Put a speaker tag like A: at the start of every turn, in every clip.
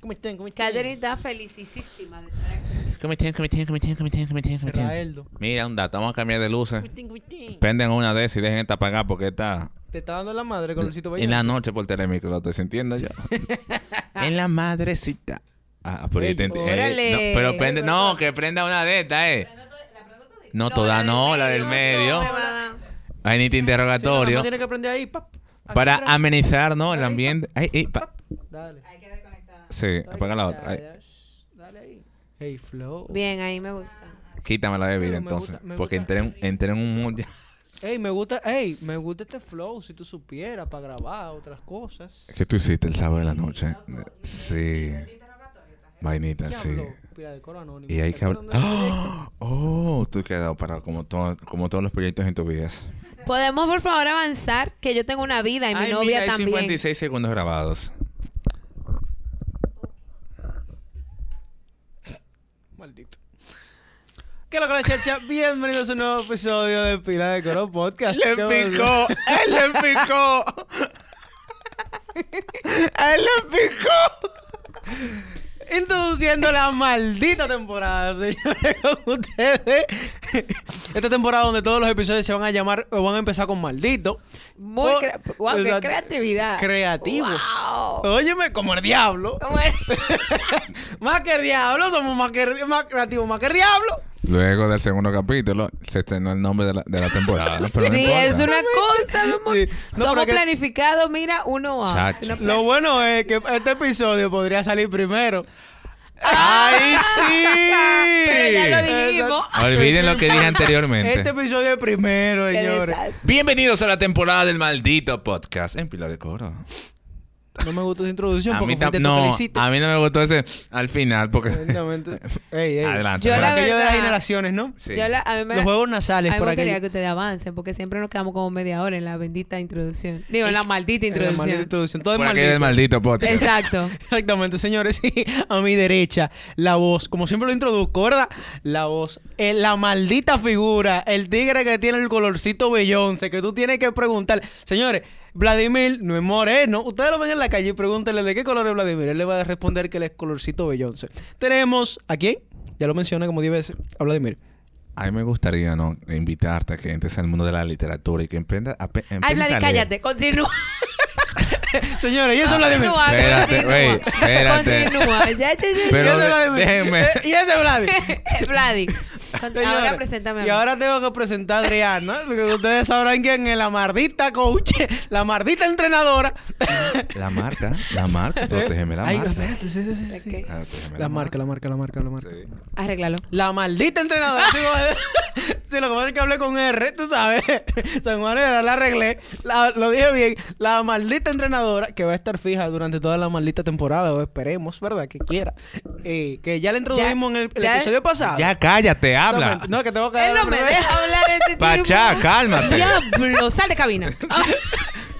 A: ¿Cómo estén? ¿Cómo estén?
B: Catherine está felicísima de estar aquí.
C: ¿Cómo estén? ¿Cómo estén? ¿Cómo estén? ¿Cómo estén? ¿Cómo estén? ¿Cómo estén?
A: Raeldo.
C: Mira, un dato, vamos a cambiar de luces.
A: ¿Cómo estén? ¿Cómo estén?
C: Prenden una de esas y dejen esta apagada porque está
A: Te está dando la madre con Luisito
C: en
A: Vallarta.
C: la noche por telemicro, lo estoy sintiendo yo. en la madrecita. Ah, pero, yo te enti- eh,
B: Órale.
C: no, pero prende, no, que prenda una de estas, eh. No, toda no, la del medio. Hay ni
A: Sí, nada más
C: interrogatorio.
A: tienes que aprender ahí, pap. Aquí
C: Para
A: atrás.
C: amenizar, ¿no? El ambiente. Ay, ay, pa-
A: Dale.
C: Sí, apaga la otra. Ay,
A: Dale ahí. Hey, Flow.
B: Bien, ahí me gusta.
C: quítame la
A: No,
C: bebida
A: me
C: entonces.
A: gusta, me
C: Porque
A: gusta.
C: entré en, entré en un mundo.
A: Ey, me gusta, ey, me gusta este flow, si tú supieras, para grabar otras cosas.
C: ¿Qué tú hiciste el sábado de la noche? Sí. Vainita, sí.
A: Diablo, pira de coro anónimo.
C: Y hay
A: ¿Te
C: que abrir.
A: acuerdas de-
C: ¡Oh! ¡Oh! Tú has quedado para como, todo- como todos los proyectos en tu vida.
B: Podemos por favor avanzar, que yo tengo una vida y mi
C: Ay, mira,
B: novia
C: hay
B: también.
C: 56 segundos grabados.
A: Maldito. ¿Qué lo que la chacha? Bienvenidos a un nuevo episodio de Pira de Coro Podcast. ¿Qué pasó?
C: Oh, ¡Él le picó! ¡Él le picó!
A: Introduciendo la maldita temporada, señores, con ustedes. Esta temporada donde todos los episodios se van a llamar, o van a empezar con maldito.
B: Muy
A: Por-
B: cre- wow, qué
A: Oh, Exacto.
B: creatividad.
A: Creativos.
B: Wow.
A: Óyeme, como el diablo.
B: ¿Cómo era?
A: más que el diablo, somos más, que- más creativos, más que el diablo.
C: Luego del segundo capítulo se estrenó el nombre de la, de la temporada. ¿no? Pero no
B: sí,
C: importa.
B: es una cosa, mi amor.
A: Sí. No, pero
B: Somos
A: que-
B: planificados, mira, uno a.
C: Chacho.
B: Una-
A: Lo bueno es que este episodio podría salir primero.
C: ¡Ay, sí!
B: Ah. Pero ya lo dijimos.
A: Exacto.
C: Olviden lo que dije anteriormente.
A: Este episodio es primero,
B: Qué
A: señores.
B: desastre.
C: Bienvenidos a la temporada del maldito podcast en Pila de Coro.
A: No me gustó esa introducción
C: A mí,
A: porque
C: tam-
A: fuiste tú que la
C: no,
A: hiciste.
C: a mí no me gustó ese al final porque...
A: Exactamente. Ey, ey.
C: Adelante.
B: Yo la
C: adelante.
A: Aquello de las
B: verdad.
A: inhalaciones, ¿no?
C: Sí.
B: Yo la- a mí me,
A: Los juegos
B: a mí
A: nasales
B: me
A: por
B: gustaría
A: aquello.
B: que ustedes avancen, porque siempre nos quedamos como media hora en la bendita introducción. Digo, en la maldita
A: En la maldita
B: introducción.
A: introducción. Todo es
C: Por aquello
A: maldito.
C: del maldito podcast.
B: Exacto.
A: Exactamente, señores. Y a mi derecha, la voz, como siempre lo introduzco, ¿verdad? La voz, eh, la maldita figura, el tigre que tiene el colorcito Beyoncé, que tú tienes que preguntar. Señores, Vladimir no es moreno. Ustedes lo ven en la calle y pregúntenle de qué color es Vladimir. Él le va a responder que él es colorcito Beyoncé. Tenemos a quién? Ya lo mencioné como 10 veces. A Vladimir.
C: A mí me gustaría, ¿no? Invitarte a que entres al mundo de la literatura y que emprendas... a pe-
B: Ay,
C: empieces
B: Vladi,
C: a leer.
B: cállate, continúa.
A: Señores, y
B: Ah,
A: eso es Vladimir.
B: Continúa,
C: Espérate,
B: continúa.
C: güey, espérate.
B: Continúa. Ya, ya, ya,
A: Y
C: Pero
A: ese es Vladimir.
C: déjenme.
A: Eh, Y ese es Vladimir.
B: ya. Vladi, con- ahora
A: Señores,
B: preséntame. a
A: Y
B: mí.
A: ahora tengo que presentar a Adriana, porque ustedes sabrán quién es la mardita coach, la mardita entrenadora.
C: La marca, la marca. Protégeme la
A: ¿Eh? Ay,
C: marca.
A: espérate, sí, sí, sí, sí.
B: Ok.
C: Ah, protégeme
A: La marca, la marca, la marca, la marca.
C: Sí.
B: Arréglalo.
A: La maldita entrenadora. sí, como- sí, lo que pasa es que hablé con R, tú sabes. San Juan era, la arreglé. La- lo dije bien. La maldita entrenadora, que va a estar fija durante toda la maldita temporada, o esperemos, ¿verdad? Que quiera. Eh, que ya la introdujimos en el, el
B: ya-
A: episodio pasado.
C: Ya cállate, habla.
A: Ah.
C: Eh,
A: No, que tengo que
B: Él no
A: al
B: me
A: revés.
B: deja hablar este tipo.
C: Pachá, cálmate.
B: Diablo, sal de cabina. Ah.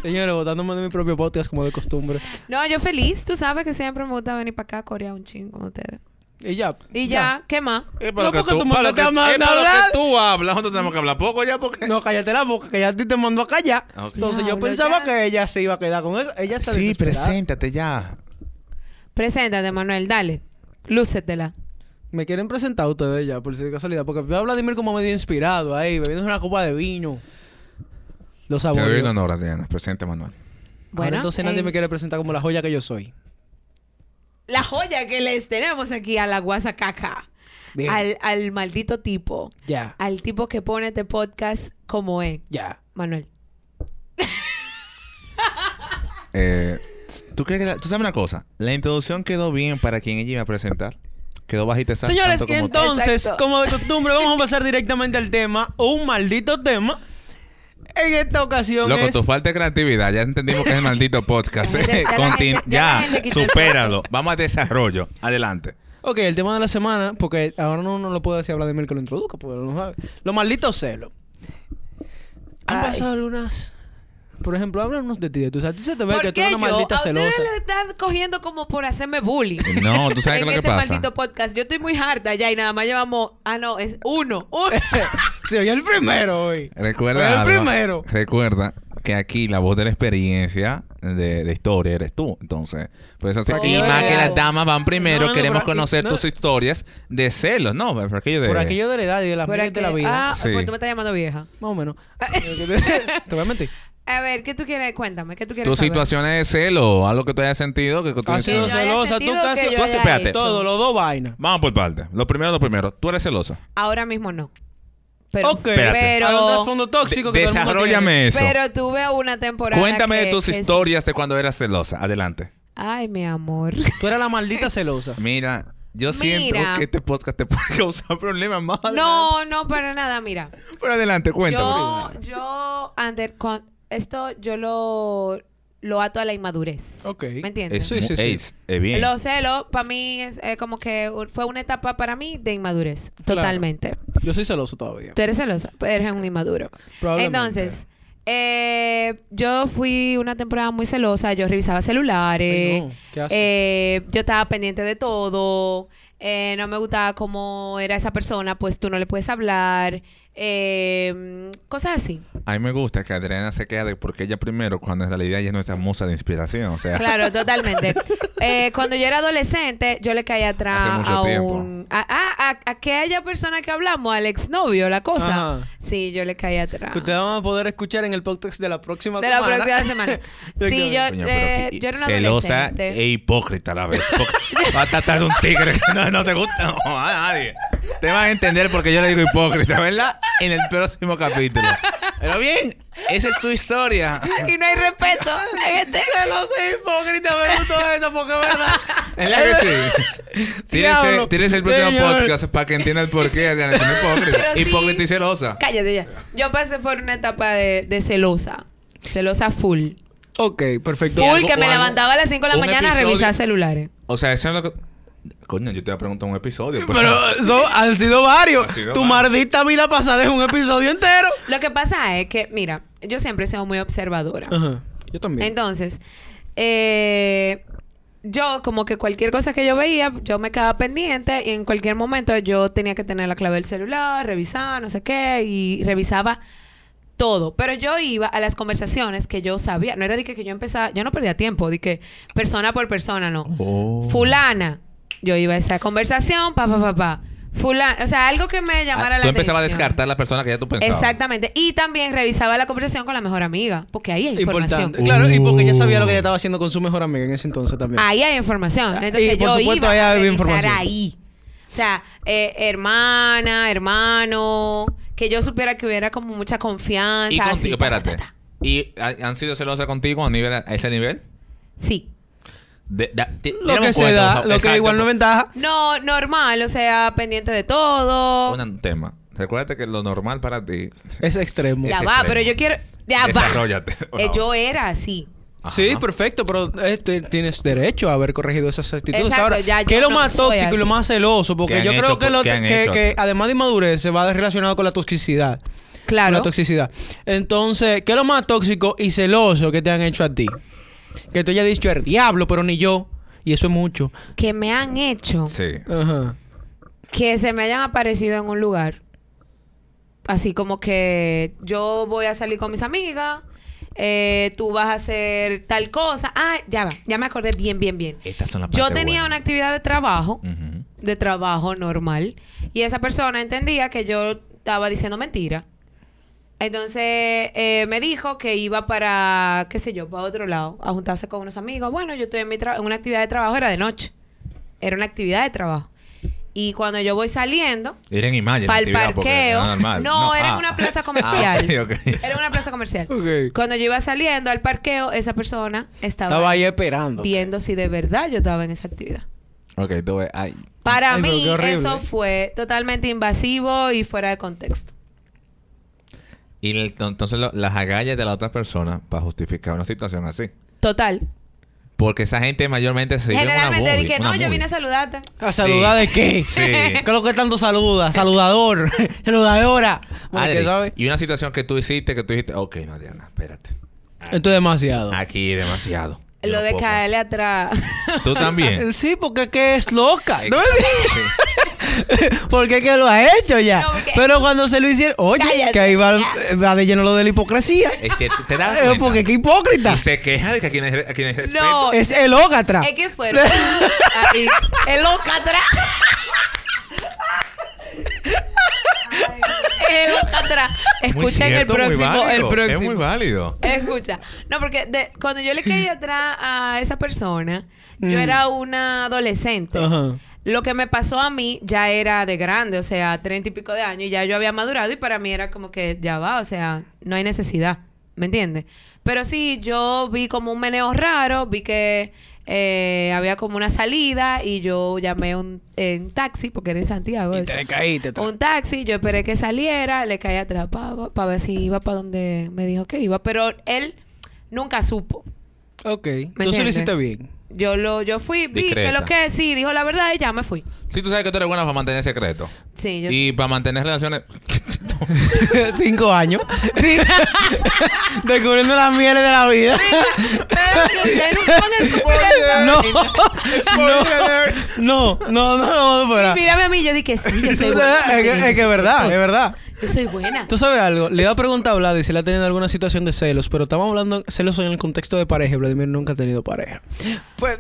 A: Señores, botándome de mi propio podcast como de costumbre.
B: No, yo feliz. Tú sabes que siempre me gusta venir para acá a corear un chingo con ustedes.
A: Y ya.
B: Y ya, ¿qué más?
C: Es
A: No,
C: para lo que
A: porque
C: tú,
A: tu mamá
C: para lo
A: te
C: que,
A: manda
C: es
A: a
C: para lo
A: hablar.
C: que tú hablas. Nosotros tenemos que hablar poco ya porque...
A: No, cállate la boca, que ya a ti te mandó a callar.
C: Ah, Ok.
A: Entonces yo
B: Diablo,
A: pensaba
B: ya.
A: que ella se iba a quedar con eso. Ella está
C: Sí,
A: desesperada. Ah,
C: preséntate ya.
B: Preséntate, Manuel, dale. Lúcetela.
A: Me quieren presentar a ustedes ya, por si de casualidad. Porque veo a Vladimir como medio inspirado ahí, bebiendo una copa de vino. Los
C: Te doy
A: sabores.
C: un honor, Adriana. Presente, Manuel.
B: Bueno,
A: entonces nadie
B: eh,
A: me quiere presentar como la joya que yo soy.
B: La joya que les tenemos aquí a la guasacaca.
A: Bien.
B: Al, al maldito tipo.
A: Ya.
B: Al tipo que pone este podcast como es.
A: Ya.
B: Manuel.
C: Eh, ¿tú, crees que la- ¿Tú sabes una cosa? La introducción quedó bien para quien ella iba a presentar. Quedó bajita esa.
A: Señores,
C: tanto
A: y
C: como-
A: entonces,
B: Exacto.
A: como de costumbre, vamos a pasar directamente al tema. Un maldito tema. En esta ocasión
C: Loco,
A: es...
C: tu falta de creatividad. Ya entendimos que es el maldito podcast.
B: Ya, ya la
C: Contin-
B: gente- ya
C: ya,
B: la gente quitó el
C: supéralo. Vamos a desarrollo. Adelante.
A: Ok, el tema de la semana, porque ahora no, no lo puedo decir hablar de mí que lo introduzca, porque no sabe. Los malditos celos. Han
B: Ay.
A: pasado algunas. Por ejemplo, háblanos de ti, de tú. O sea, tú se te ve que
B: ¿Por
A: tú eres
B: qué
A: una
B: yo?
A: maldita
B: a ustedes
A: celosa.
B: le están cogiendo como por hacerme bullying.
C: No, tú sabes qué
B: en
C: es lo que
B: este
C: pasa.
B: maldito podcast. Yo estoy muy harta ya y nada más llevamos... Ah, no, es uno. uno.
A: Se oye el primero hoy.
C: Recuerda.
A: Fue el
C: algo.
A: primero.
C: Recuerda que aquí la voz de la experiencia de, de historia eres tú. Entonces, por eso
A: sea,
C: se-
A: que
C: Y
A: yo
C: más
A: de-
C: que las damas van primero,
A: No, no,
C: queremos
A: por aquí-
C: conocer
A: no.
C: tus historias de celos, ¿no? Por aquello de.
A: Por aquello de la edad y de las
B: Por
A: miles de la
B: aquí.
A: vida.
B: Ah,
C: Sí.
B: pues tú me estás llamando vieja.
A: Más o menos. te voy a mentir.
B: A ver, ¿qué tú quieres? Cuéntame, ¿qué tú quieres
C: Tus
B: saber?
C: situaciones de celos, algo que tú hayas sentido. Que, tú
A: Tú has
C: dices-
A: sido
B: yo haya
A: celosa, tú
B: sentido que
A: casi. tú
B: yo
A: has-
B: haya
C: espérate.
B: hecho.
A: Todo, los dos vainas.
C: Vamos por partes. Lo primero, lo primero. Tú eres celosa.
B: Ahora mismo no. Pero,
A: ok.
C: Espérate.
B: pero,
A: Hay un trasfondo tóxico que todo el mundo tiene.
C: Desarrollame eso.
B: pero tuve una temporada.
C: Cuéntame de
B: que-
C: tus
B: que sí.
C: historias de cuando eras celosa. Adelante.
B: Ay, mi amor.
A: Tú eras la maldita celosa.
C: Mira, yo
B: Mira.
C: siento que este podcast te puede causar problemas más. adelante.
B: No, no, para nada, mira.
C: Pero adelante, cuéntame.
B: Yo, yo, Ander, con- esto yo lo, lo ato a la inmadurez.
A: Ok.
B: ¿Me entiendes?
A: Eso Sí, sí, sí.
C: Es, es bien.
B: Los celos, para mí, es eh, como que u- fue una etapa para mí de inmadurez.
A: Claro.
B: Totalmente.
A: Yo soy celoso todavía.
B: Tú eres celosa, pero eres un inmaduro.
A: Probablemente.
B: Entonces, eh, yo fui una temporada muy celosa. Yo revisaba
A: Ay,
B: celulares.
A: no, qué asco.
B: eh, yo estaba pendiente de todo. eh, no me gustaba cómo era esa persona, pues tú no le puedes hablar. eh, cosas así.
C: A mí me gusta que Adriana se quede porque ella primero, cuando en realidad ella es nuestra musa de inspiración. O sea,
B: Claro, totalmente. Eh, cuando yo era adolescente, yo le caía atrás
C: Hace mucho
B: a
C: tiempo.
B: un... A, a- a- a aquella persona que hablamos, al exnovio, la cosa.
A: Ajá.
B: Sí, yo le caía atrás.
A: Que ustedes van a poder escuchar en el podcast de la próxima
B: De la
A: semana.
B: próxima semana. Sí, yo,
C: Coño, pero
B: eh,
C: que-
B: yo era una
C: celosa
B: adolescente.
C: e hipócrita a la vez. Porque Va a tratar de un tigre que no, no te gusta no, a nadie. Te van a entender porque yo le digo hipócrita, ¿verdad? En el próximo capítulo. Pero bien, esa es tu historia.
B: Y no hay respeto. en este-
A: Celosa e hipócrita, me gustó eso porque es verdad.
C: ¿Verdad que sí? Tienes,
A: Diablo,
C: tienes el próximo
A: señor.
C: podcast para que entiendas por qué Adriana es una hipócrita.
B: Pero sí.
C: Hipócrita y celosa.
B: Cállate ya. Yo pasé por una etapa de, de celosa. Celosa full.
A: Ok, perfecto.
C: Y
B: Full
C: algo-
B: que me
C: o algo-
B: levantaba a las 5 de la
C: un
B: mañana a
C: episodio-
B: revisar celulares.
C: O sea, eso es lo que... Coño, yo te voy a preguntar un episodio.
A: Pues,
C: pues.
A: Pero son, han sido varios.
C: Han sido
A: tu
C: varios.
A: maldita vida pasada es un episodio entero.
B: Lo que pasa es que, mira, yo siempre he sido muy observadora.
A: Ajá. Yo también.
B: Entonces, eh, yo como que cualquier cosa que yo veía, yo me quedaba pendiente y en cualquier momento yo tenía que tener la clave del celular, revisar, no sé qué, y revisaba todo. Pero yo iba a las conversaciones que yo sabía. No era de que, que yo empezaba, yo no perdía tiempo, de que persona por persona, no.
C: Oh.
B: Fulana, yo iba a esa conversación, pa, pa, pa, pa. Fulana, o sea, algo que me llamara
C: Ah,
B: la
C: tú
B: atención.
C: empezabas a descartar la persona que ya tú pensabas.
B: Exactamente. Y también revisaba la conversación con la mejor amiga, porque ahí hay información.
A: Importante. Claro, y porque ella sabía lo que
C: Uh.
A: ella estaba haciendo con su mejor amiga en ese entonces también.
B: Ahí hay información.
A: Ah,
B: Entonces
A: y por
B: yo
A: supuesto,
B: iba
A: ahí
B: a
A: había
B: revisar
A: información.
B: ahí. O sea, eh, hermana, hermano, que yo supiera que hubiera como mucha confianza.
C: Y
B: así,
C: contigo,
B: ta, ta,
C: espérate.
B: ta, ta.
C: ¿Y ha- han sido celosas contigo a, nivel, a ese nivel?
B: Sí.
C: De- da- ti-
A: Lo
C: dame
A: que
C: un
A: se
C: cuento,
A: da,
C: por favor.
A: lo que
C: Exacto, pues.
A: igual no es
C: por-
A: ventaja.
B: No, normal, o sea, pendiente de todo.
C: Un tema. Recuérdate que lo normal para ti.
A: Es extremo.
B: ya
C: ese
B: va,
C: extremo.
B: pero yo quiero. Ya va.
C: Desarrollate.
B: Eh, yo era así.
A: Sí,
C: Ajá.
A: perfecto, pero eh, te- tienes derecho a haber corregido esas actitudes.
B: Exacto,
A: Ahora,
B: ya yo
A: ¿qué es lo
B: no
A: más
B: soy
A: tóxico y lo
B: así.
A: más celoso?
C: ¿Qué
A: Porque
C: han
A: yo creo
C: hecho?
A: que, lo
C: ¿Qué
A: te-
C: han
A: que,
C: hecho?
A: que además de inmadurez se va relacionado con la toxicidad.
B: Claro.
A: La toxicidad. Entonces, ¿qué es lo más tóxico y celoso que te han hecho a ti? Que tú hayas dicho el diablo, pero ni yo. Y eso es mucho.
B: Que me han hecho
C: Sí.
A: Ajá.
B: que se me hayan aparecido en un lugar. Así como que yo voy a salir con mis amigas, eh, tú vas a hacer tal cosa. Ah, ya va, ya me acordé bien, bien, bien.
C: Estas son las
B: Yo
C: partes
B: tenía una
C: buenas.
B: actividad de trabajo,
C: Ah, Ujú.
B: de trabajo normal, y esa persona entendía que yo estaba diciendo mentira. Entonces eh, me dijo que iba para, qué sé yo, para otro lado, a juntarse con unos amigos. Bueno, yo estoy en, mi tra- en una actividad de trabajo, era de noche. Era una actividad de trabajo. Y cuando yo voy saliendo,
C: Era en imagen.
B: Pa'l
C: actividad, porque
B: parqueo.
C: era normal.
B: No, era en una plaza comercial.
C: Ah, ok, ok.
B: era una plaza comercial.
A: Ok.
B: Cuando yo iba saliendo al parqueo, esa persona estaba,
A: Estaba ahí esperando.
B: viendo si de verdad yo estaba en esa actividad.
C: Ok, tú ves. Ay.
B: Para
A: Ay, pero
B: mí,
A: qué horrible.
B: eso fue totalmente invasivo y fuera de contexto.
C: Y el- entonces lo- las agallas de la otra persona para justificar una situación así.
B: Total.
C: Porque esa gente mayormente se vive en una
B: Generalmente
C: movie,
B: dije,
C: una
B: no, yo
C: movie.
B: vine a saludarte.
A: ¿A saludar de qué?
C: Sí.
A: ¿Qué es lo que tanto saluda? Saludador. Saludadora. Bueno,
C: Adri,
A: ¿qué sabe?
C: Y una situación que tú hiciste, que tú dijiste, ok, no, Diana, espérate.
A: Esto es demasiado.
C: Aquí demasiado. Yo
B: Lo
C: no
B: de
C: puedo con-
B: caerle atrás.
C: Tú también.
A: Sí, porque es que es loca. ¿no?
C: Sí.
A: porque es que lo ha hecho ya.
B: No, porque-
A: Pero cuando se lo hicieron, oye,
B: Cállate,
A: que ahí va, va de lleno lo de la hipocresía.
C: Es que tú te das
A: Eh,
C: cuenta.
A: porque qué hipócrita.
C: Y se queja de que a quienes, a quienes respeto.
B: No,
A: Es elógatra.
B: es que fueron. Ahí. Es loca atrás. Es loca atrás.
C: Muy
B: Escuchen el
C: cierto, muy
B: próximo.
C: válido,
B: El próximo.
C: Es muy válido.
B: Escucha, no, porque de- cuando yo le caí atrás a esa persona, yo era una adolescente.
A: Ajá.
B: Lo que me pasó a mí ya era de grande, o sea, treinta y pico de años, y ya yo había madurado y para mí era como que ya va, o sea, no hay necesidad, ¿me entiendes? Pero sí, yo vi como un meneo raro, vi que eh, había como una salida y yo llamé un, en taxi, porque era en Santiago. eso.
A: caíste. tra-
B: Un taxi, yo esperé que saliera, le caí atrás para ver si iba para donde me dijo que iba, pero él nunca supo.
A: Ok. Tú
B: ¿Me
A: sí lo
B: entiendes?
A: hiciste bien.
B: Yo lo yo fui, vi que
C: Discreta.
B: lo que sí, dijo la verdad y ya me fui.
C: Si tú sabes que tú eres buena para mantener secreto.
B: Sí, yo
C: Y para mantener relaciones.
A: Cinco años.
B: sí.
A: Descubriendo las mieles de la vida.
B: Pero que ustedes no pongan su cabeza.
A: no. no. No, no, no, no, fuera.
B: Mírame a mí, yo dije sí, yo soy buena.
A: Es que- es que es verdad, es verdad.
B: Yo soy buena.
A: Tú sabes algo, le iba a preguntar a Vladi si le ha tenido alguna situación de celos, pero estamos hablando de celos en el contexto de pareja. y Vladimir nunca ha tenido pareja. Pues,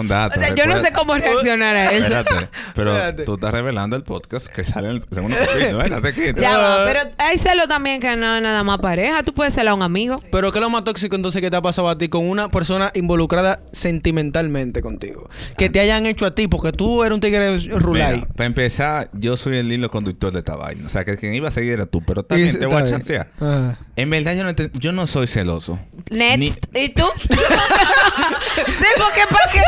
C: Un dato.
B: O sea, yo no sé cómo reaccionar a eso.
C: Espérate, pero
A: Espérate.
C: tú estás revelando el podcast que sale en el segundo capítulo. ¿eh? Date quieto.
B: Ya va, pero hay celo también que no es nada más pareja. Tú puedes celar a un amigo.
A: pero ¿qué es lo más tóxico entonces que te ha pasado a ti con una persona involucrada sentimentalmente contigo? Que te hayan hecho a ti, porque tú eres un tigre rulay.
C: Mira, para empezar, yo soy el hilo conductor de esta vaina. O sea, que quien iba a seguir era tú, pero también
A: Y-
C: te voy a
A: está bien.
C: chancear.
A: Ah.
C: En verdad, yo no, te- yo no soy celoso.
B: Next. ¿Y tú? sí, porque ¿para qué,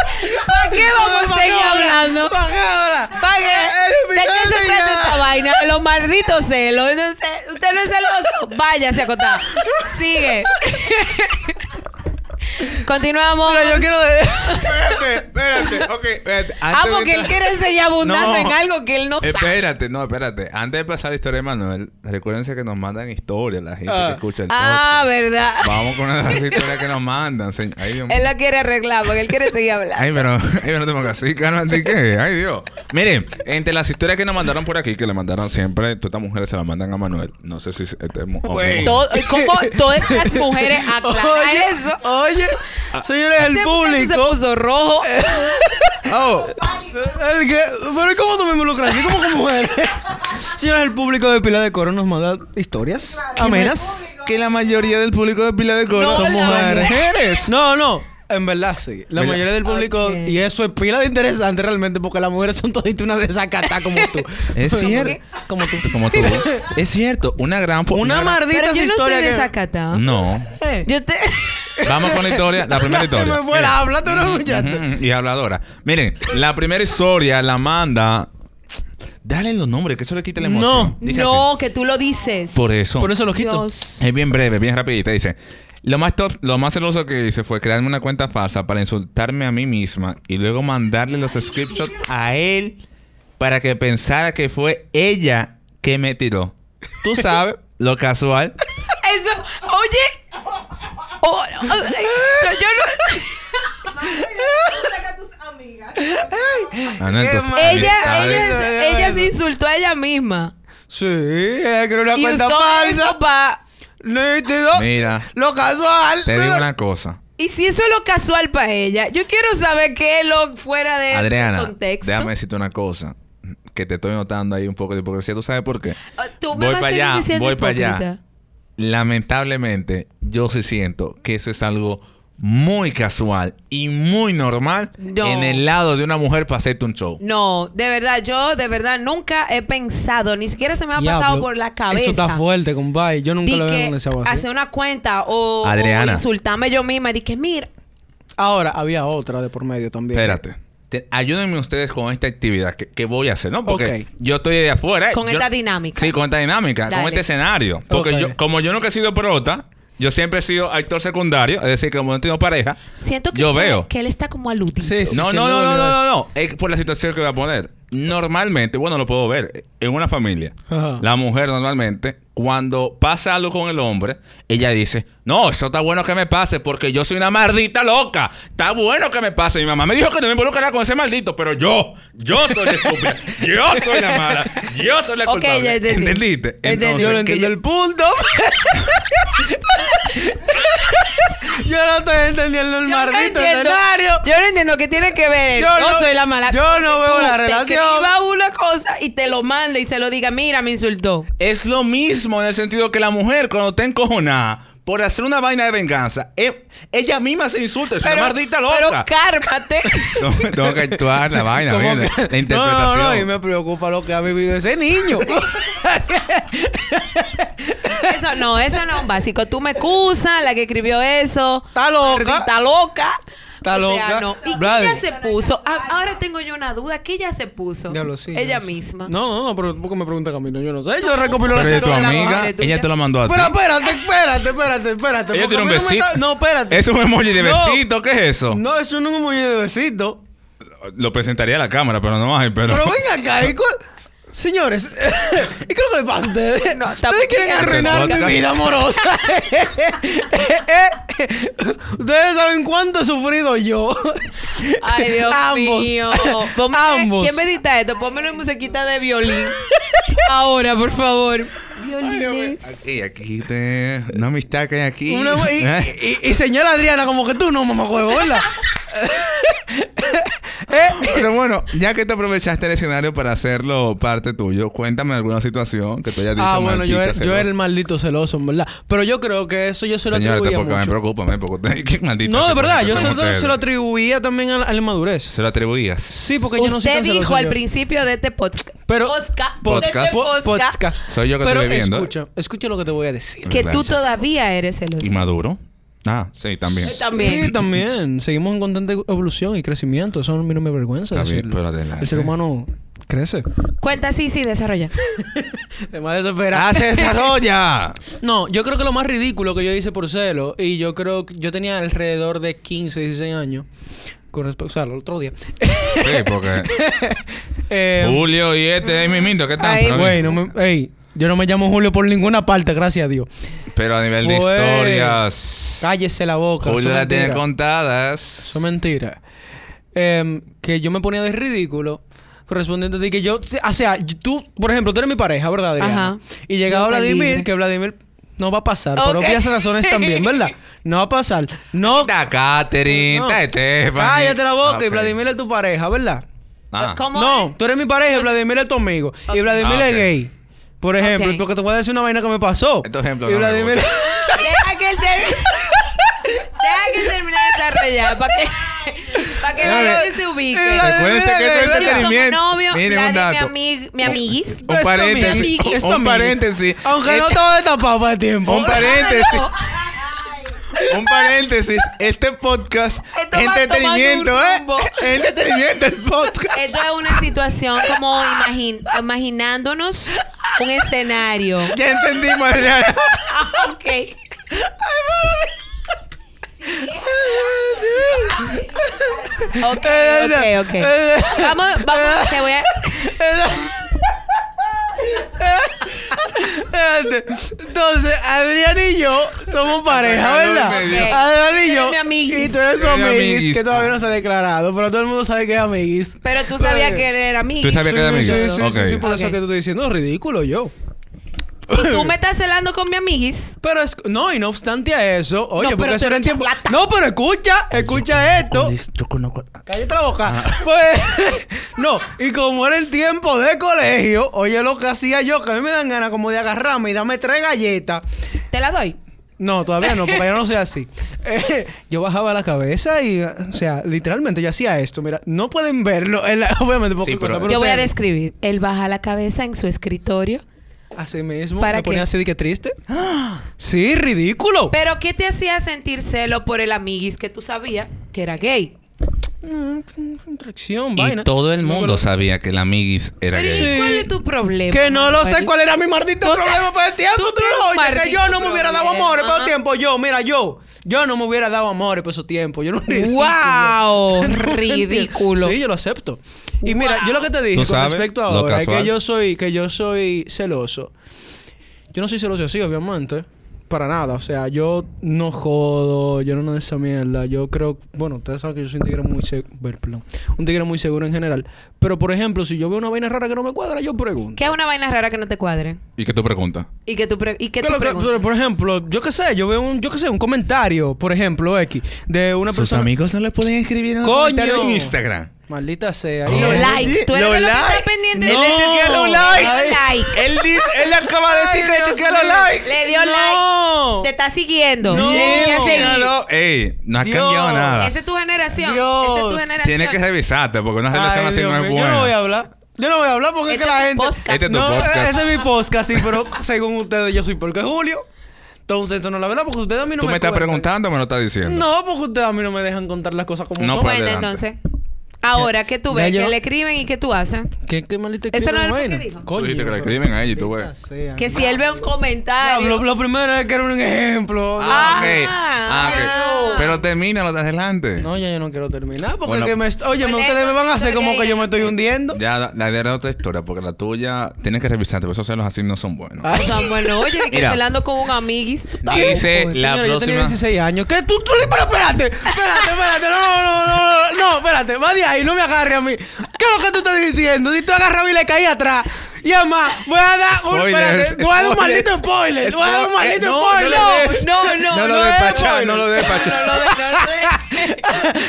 B: ¿para qué vamos a seguir hablando?
A: ¿Para qué hablar?
B: ¿Para qué? ¿De qué se
A: episodio
B: trata
A: eh, ya.
B: esta vaina? Los malditos celos. Entonces, ¿Usted no es celoso? Váyase a acotar. Sigue. Continuamos.
A: Pero yo quiero... de-
C: espérate, espérate. Ok, espérate.
B: Ah, porque él quiere enseñar abundante en algo que él no sabe.
C: Espérate, no, espérate. Antes de pasar la historia de Manuel, recuérdense que nos mandan historias la gente
A: Ah.
C: que escucha el
B: Ah,
A: pues,
B: verdad.
C: podcast. Vamos con una de las historias que nos mandan. señor. Ay, Dios mío.
B: Él la quiere arreglar porque él quiere seguir hablando.
C: Ay, pero, ay, pero tengo que así, cálmate, ¿qué? Ay, Dios. Miren, entre las historias que nos mandaron por aquí, que le mandaron siempre, todas estas mujeres se las mandan a Manuel. No sé si... Este, mu-
A: Güey.
C: o-
B: Todo- ¿Cómo todas estas mujeres aclaran
A: Oye,
B: eso?
A: oye,
C: Ah.
A: señores, el
B: Ese muchacho Se
A: público... Eh,
B: puso rojo.
C: Oh,
A: El que- pero ¿cómo tú me involucras así como con mujeres? Señores, el público de Pilar de Coro nos manda historias amenas.
C: que la mayoría del público de Pila de Coro
B: No,
C: son
B: la-
C: mujeres.
A: No, no. En verdad, sí. La
C: ¿Verdad?
A: mayoría del público...
B: Ok.
A: Y eso es pila de interesante realmente porque las mujeres son toditas unas desacatadas como tú.
C: Es cierto.
A: Como tú.
C: Como tú. es cierto, una gran... po-
A: Una
C: gran-
A: mardita
B: Pero yo no soy
A: historia que...
B: desacatado.
C: No.
A: Eh,
B: Yo te...
C: Vamos con la historia, la primera
A: ya se
C: historia.
A: me fue
C: Mira.
A: la habla, tú no escuchaste.
C: Ujú, ujú, Y habladora. Miren, la primera historia la manda. Dale los nombres, que eso le quita la emoción.
A: No.
C: Dice
B: No, que tú lo dices.
C: así. Por e- eso.
A: Por eso lo quito.
B: Dios.
C: Es bien breve, bien rapidita. Dice. Lo más, top- lo más celoso que hice fue crearme una cuenta falsa para insultarme a mí misma y luego mandarle los screenshots a él para que pensara que fue ella que me tiró. Tú sabes, lo casual.
B: Eso, oye. Oh, oh, ay, yo- yo no-
C: Ah, no,
A: Qué
C: entonces,
A: mal.
B: Ella,
C: amistades.
B: ella, ella se insultó a ella misma.
A: Sí, eh, creo una
B: Y
A: cuenta
B: usó
A: falsa.
B: eso para.
A: Nítido.
C: Mira,
A: Lo casual.
C: te digo una cosa.
B: Y si eso es lo casual para ella, yo quiero saber qué es lo fuera de este
C: Adriana,
B: eh, contexto.
C: déjame decirte una cosa. Que te estoy notando ahí un poco de hipocresía. ¿Tú sabes por qué?
B: Ah, Tú me
C: voy
B: vas
C: para
B: a seguir
C: allá,
B: diciendo
C: voy para allá.
B: hipócrita.
C: Lamentablemente, yo sí siento que eso es algo muy casual y muy normal
B: No.
C: en el lado de una mujer para hacerte un show.
B: No, de verdad, yo de verdad nunca he pensado, ni siquiera se me ha pasado
A: Diablo,
B: por la cabeza.
A: Eso está fuerte, compadre. Yo nunca
B: Di
A: lo veo
B: que
A: con esa
B: hacer
A: base.
B: una cuenta o, o
C: Adriana.
B: insultarme yo misma y di que mira,
A: Ahora, había otra de por medio también.
C: Espérate. Te- ayúdenme ustedes con esta actividad que, que voy a hacer, ¿no?
A: Ok.
C: Porque yo estoy de afuera. ¿eh?
B: Con
C: Yo-
B: esta dinámica.
C: Sí, con esta dinámica,
B: Dale.
C: con este escenario. Porque
A: Ok.
C: yo, como yo nunca he sido prota, Yo siempre he sido actor secundario, es decir, que como no tengo pareja,
B: Siento que,
C: yo
B: él-
C: veo.
B: que él está como aludido.
A: Sí, sí.
C: No, no,
A: siendo
C: no, no,
A: Oliver.
C: no, no, no. Es por la situación que voy a poner. Normalmente, bueno, lo puedo ver, en una familia,
A: Ajá.
C: la mujer normalmente, cuando pasa algo con el hombre, ella dice, no, eso está bueno que me pase porque yo soy una maldita loca. Está bueno que me pase. Mi mamá me dijo que no me involucrara con ese maldito, pero yo, yo soy la estúpida, yo soy la mala, yo soy la
B: Ok,
C: culpable.
B: ya entendí.
C: ¿Entendiste?
A: Entendí,
C: Entonces,
A: yo no
C: que
A: entiendo
C: ella-
A: el punto. yo no estoy entendiendo el
B: Yo no,
A: maldito
B: entiendo,
A: escenario.
B: yo no entiendo qué tiene que ver. él.
A: Yo
B: no,
A: no-
B: soy la mala.
A: yo no veo la relación.
B: Te escriba una cosa y te lo manda y se lo diga, mira, me insultó.
C: Es lo mismo en el sentido que la mujer cuando está encojonada por hacer una vaina de venganza, e- ella misma se insulta, es una maldita
B: pero
C: loca.
B: cármate.
C: Tengo- Tengo que actuar la vaina,
A: Como
C: mira, la,
A: que-
C: la
A: No,
C: interpretación.
A: no, no, y me preocupa lo que ha vivido ese niño.
B: eso no, eso no es un básico. Tú me excusas, la que escribió eso.
A: Está loca.
B: Está loca.
A: Está
B: O
A: loca.
B: Sea, no. ¿Y
A: Brother.
B: qué ella se puso? A- ahora tengo yo una duda. ¿Qué ella se puso?
A: Diablo, sí,
B: ella
A: yo no sé.
B: misma.
A: No, no, no, pero tampoco me pregunta Camilo. Yo no sé. Yo recopilo
C: Pero
A: la
C: de tu
B: la
C: amiga,
B: madre tuya.
C: ella te lo mandó a ti.
A: Pero espérate, espérate, espérate, espérate.
C: ella
A: porque
C: tiene un
A: a mí no me
C: besito.
A: está- No, espérate.
C: Es un emoji de
A: No.
C: besito, ¿qué es eso?
A: No, eso no es un muñeco de besito.
C: Lo presentaría a la cámara, pero no hay, pero.
A: Pero venga acá, ¿y cuál- Señores, ¿y qué es lo que le pasa a ustedes?
B: No,
A: ustedes quieren
B: tampoco.
A: arruinar mi
C: Podcast.
A: vida amorosa. ustedes saben cuánto he sufrido yo.
B: Ay, Dios
A: Ambos.
B: mío. Ponme-
A: Ambos.
B: ¿Quién medita esto? Ponme una musiquita de violín. Ahora, por favor. Violines.
C: Aquí, aquí te. Una amistad que hay aquí.
A: Una- y,
C: ¿Eh?
A: y- y señora Adriana, como que tú no, mamá huevo, ¿verdad? Eh,
C: Pero bueno, ya que te aprovechaste el escenario para hacerlo parte tuyo, cuéntame alguna situación que tú hayas dicho.
A: ah, bueno, yo
C: maldita
A: era, yo era el
C: celosa.
A: maldito celoso, en verdad. Pero yo creo que eso yo se lo
C: Señores,
A: atribuía
C: tampoco me
A: mucho.
C: preocupa, me preocupa. Qué maldita
A: No, de
C: tipo
A: verdad, yo
C: gente son
A: se lo,
C: ustedes.
A: se lo atribuía también a la, a la inmadurez.
C: Se lo atribuías.
A: Sí, porque yo no soy
B: Usted
A: tan celoso,
B: dijo al
A: yo.
B: principio de este podcast.
A: Pero,
B: Podcast.
C: Podcast.
B: de este
A: Po-
B: podcast,
A: podcast.
C: Soy yo que
A: Pero
C: estoy bebiendo, ¿eh?
A: Escucha, escucha lo que te voy a decir.
B: Que tú
C: Lanza.
B: todavía eres
C: ¿Y
B: celoso.
C: maduro? Ah, sí, también.
B: Yo también.
A: Sí, también. Seguimos en constante evolución y crecimiento. Eso a mí no me avergüenza
C: Está bien,
A: decirlo.
C: pero adelante.
A: El ser humano crece.
B: Cuenta, sí, sí, desarrolla.
A: De más desesperado.
C: ¡Ah, se desarrolla!
A: No, yo creo que lo más ridículo que yo hice por celo, y yo creo que yo tenía alrededor de 15, 16 años, con respecto, o sea, el otro día.
C: Sí, porque
A: Eh,
C: Julio y este ahí mimito, ¿qué tal?
B: Ay,
C: Pero,
A: güey, no me- ey, yo no me llamo Julio por ninguna parte, gracias a Dios.
C: pero a nivel de
A: Güey.
C: historias,
A: Cállese la boca.
C: Julio
A: eso es
C: la tiene
A: mentira.
C: contadas.
A: Eso es mentira. Em, que yo me ponía de ridículo correspondiente de que yo, o sea, yo- tú, por ejemplo, tú eres mi pareja, ¿verdad, Adriana?
B: Ajá.
A: Y llegaba
B: Yo
A: Vladimir,
B: libre.
A: que Vladimir no va a pasar, por
B: Ok.
A: obvias razones también, ¿verdad? No va a pasar. No,
C: Está Katherine,
A: no.
C: está Estefan.
A: cállate la boca y Vladimir es tu pareja, ¿verdad?
B: Pues, ¿Cómo
A: No,
B: es?
A: tú eres mi pareja y Vladimir es tu amigo. Y Vladimir
C: Ah,
A: es
C: ok.
A: gay. Por ejemplo,
B: Ok.
A: porque te voy a decir una vaina que me pasó.
C: Este ejemplo
A: y
C: no me
A: Vladimir...
C: gusta.
B: Deja que él termine. Deja que él termine de desarrollar. Para que, para que Vladimir se ubique.
A: Y Vladimir
C: Recuérdense que esto es
A: es gay, ¿verdad?
B: Yo como
C: entretenimiento.
B: novio,
C: Miren un
B: Vladimir, mi,
C: dato.
B: amig, mi amiguis.
C: Un
A: Esto,
C: paréntesis.
A: amiguis, esto,
C: Un
A: amiguis.
C: paréntesis.
A: Aunque no
C: Este-
A: te voy a tapar para el tiempo.
C: Un paréntesis. Un paréntesis. Este podcast.
B: Esto va
C: entretenimiento,
B: tomando un rumbo.
C: ¿eh? Entretenimiento el podcast.
B: Esto es una situación como imagin- imaginándonos un escenario.
C: Ya entendimos, Adriana.
B: Ok. Ok,
A: Eh,
B: ok, ok.
A: eh,
B: Vamos, vamos, te voy a...
A: Espérate. Entonces, Adrián y yo somos pareja,
C: Perdón,
A: ¿verdad?
C: me dio.
B: Ok.
A: Adrián y
B: Tú eres
A: yo.
B: mi amiguis.
A: Y tú eres su
C: Yo soy mi
A: amiguis,
C: amiguis.
A: que todavía no se ha declarado, pero todo el mundo sabe que es amiguis.
B: Pero tú sabías que él era amigo.
C: Tú sabías que era
A: Sí,
C: amiguis.
A: sí, sí, sí, sí, por
B: Ok.
A: eso que te estoy diciendo, ridículo yo.
B: Y tú me estás celando con mi amiguis.
A: Pero es, no, y no obstante a eso, oye,
B: pero
A: porque
B: tú
A: eso era en
B: eres
A: tiempo.
B: plata.
A: No, pero escucha, escucha esto.
C: Yo conozco.
A: Cállate la boca.
C: Ah.
A: Pues, no, y como era el tiempo de colegio, oye lo que hacía yo, que a mí me dan ganas como de agarrarme y darme tres galletas.
B: Te la doy.
A: No, todavía no, porque yo no soy así. Eh, yo bajaba la cabeza y, o sea, literalmente yo hacía esto. Mira, no pueden verlo, en la- obviamente, porque
C: Sí, pero-
B: Yo voy a
A: ustedes-
B: describir. Él baja la cabeza en su escritorio.
A: Así mismo,
B: ¿Para
A: me ponía
B: qué?
A: así de que triste. Sí, ridículo.
B: Pero ¿qué te hacía sentir celo por el amiguis que tú sabías que era gay?
A: Tracción,
C: Y
A: vaina.
C: todo el
A: No
C: mundo
A: lo-
C: sabía que la amiguis era
B: Pero ¿y
C: gay.
B: cuál es tu problema?
A: Que no lo sé
B: Manuel?
A: cuál era mi maldito problema para el tiempo. Tú,
B: tú
A: no lo
B: tienes
A: oyes. Que
B: maldito
A: yo no me hubiera dado
B: problema.
A: amores para el
B: Ajá.
A: tiempo. Yo, mira, yo. Yo no me hubiera dado amores por esos tiempos. Yo no
B: ¡Wow!
A: Ridículo.
B: Ridículo.
A: Sí, yo lo acepto. Y mira, yo lo que te dije
C: ¿Tú
A: con
C: sabes?
A: respecto a
C: Lo
A: ahora es que
C: casual.
A: yo soy, que yo soy celoso. Yo no soy celoso así, obviamente. Para nada. O sea, yo no jodo, yo no nada de esa mierda. Yo creo, bueno, ustedes saben que yo soy un tigre muy seguro. Perdón. Un tigre muy seguro en general. Pero por ejemplo, si yo veo una vaina rara que no me cuadra, yo pregunto.
B: ¿Qué es una vaina rara que no te cuadre?
C: ¿Y qué tú preguntas?
B: Y que tú, pre- y que
A: Que
B: tú
A: lo que-
B: preguntas.
A: por ejemplo, yo qué sé, yo veo un, yo qué sé, un comentario, por ejemplo, X, de una
C: Sus
A: persona.
C: amigos no le pueden escribir en
A: ¡Coño!
C: comentario en Instagram.
A: Maldita sea.
C: Coño.
A: Y-
B: like. Tú eres
C: Los
B: de los que
C: like.
B: está pendiente
A: No.
B: de
C: Él le chequea los
A: Ay.
C: likes.
B: like.
C: Él, dice, él acaba de decir que
A: Ay,
C: le
A: Dios
C: chequea los
A: mío.
C: likes.
B: Le dio
A: No.
B: like. Te está siguiendo.
A: No.
B: Le dio a seguir.
C: Míralo. Ey, no has
A: Dios.
C: cambiado nada.
B: Esa es tu generación.
A: Dios.
B: Esa es tu generación.
C: Tienes que revisarte porque una relación
A: Ay,
C: así
A: Dios
C: no es
A: mío. Yo
C: buena.
A: no voy a hablar. Yo no voy a hablar porque
B: Este
A: es que la
B: es tu
A: gente.
B: podcast.
C: Este es tu
A: No,
C: podcast.
A: Ese es mi podcast, sí, pero según ustedes, yo soy porque Julio. Entonces, eso no es la verdad, porque ustedes a mí no
C: ¿Tú me, estás
A: cuentan.
C: preguntando o me lo estás diciendo?
A: No, porque ustedes a mí no me dejan contar las cosas como
C: No,
A: son.
C: pues.
B: Bueno,
C: adelante.
B: entonces. Ahora, ¿qué tú
A: Ya
B: ves?
A: yo-
B: ¿Qué le escriben y qué tú haces?
A: ¿Qué, qué maldita
B: Eso no
A: escriben
B: es lo que
A: vaina?
B: dijo. Tú
C: Tú dijiste que le escriben a ella y tú ves.
B: Que si él ve un comentario.
A: Ah, Lo, lo primero es que era un ejemplo.
C: Ah,
B: Ah,
C: ok. Ah, ok.
B: ah.
C: Pero termina lo de adelante.
A: No, ya yo no quiero terminar porque
C: Bueno.
A: que me... est- Oye,
B: Bueno,
A: ustedes me van a hacer
B: pero
A: como
B: ya
A: que yo me
B: ya-
A: estoy hundiendo.
C: Ya, la- la de la otra historia, porque la tuya tienes que revisarte, porque esos celos así no son buenos.
A: Ay,
B: O sea, bueno, oye, de que
C: Mira.
B: celando con un amiguis.
C: Dice
A: Oye,
C: la
A: pues, señora, yo tenía
C: próxima.
A: 16 años. ¿Qué? Tú, tú, pero espérate, espérate, espérate. No, no, no, no, no, no, espérate. Va de ahí, no me agarre a mí. ¿Qué es lo que tú estás diciendo? Si tú agarras a mí y le caí atrás. Y además, voy a dar un,
C: Spoilers,
A: espérate, voy a dar un
C: spoilers.
A: maldito spoiler. Voy a dar un
C: Spoiler.
A: maldito
C: No, no le
A: spoiler.
C: des.
B: No, no,
C: No
B: no.
C: lo
A: es
C: despachas,
A: spoiler.
C: no lo despachas.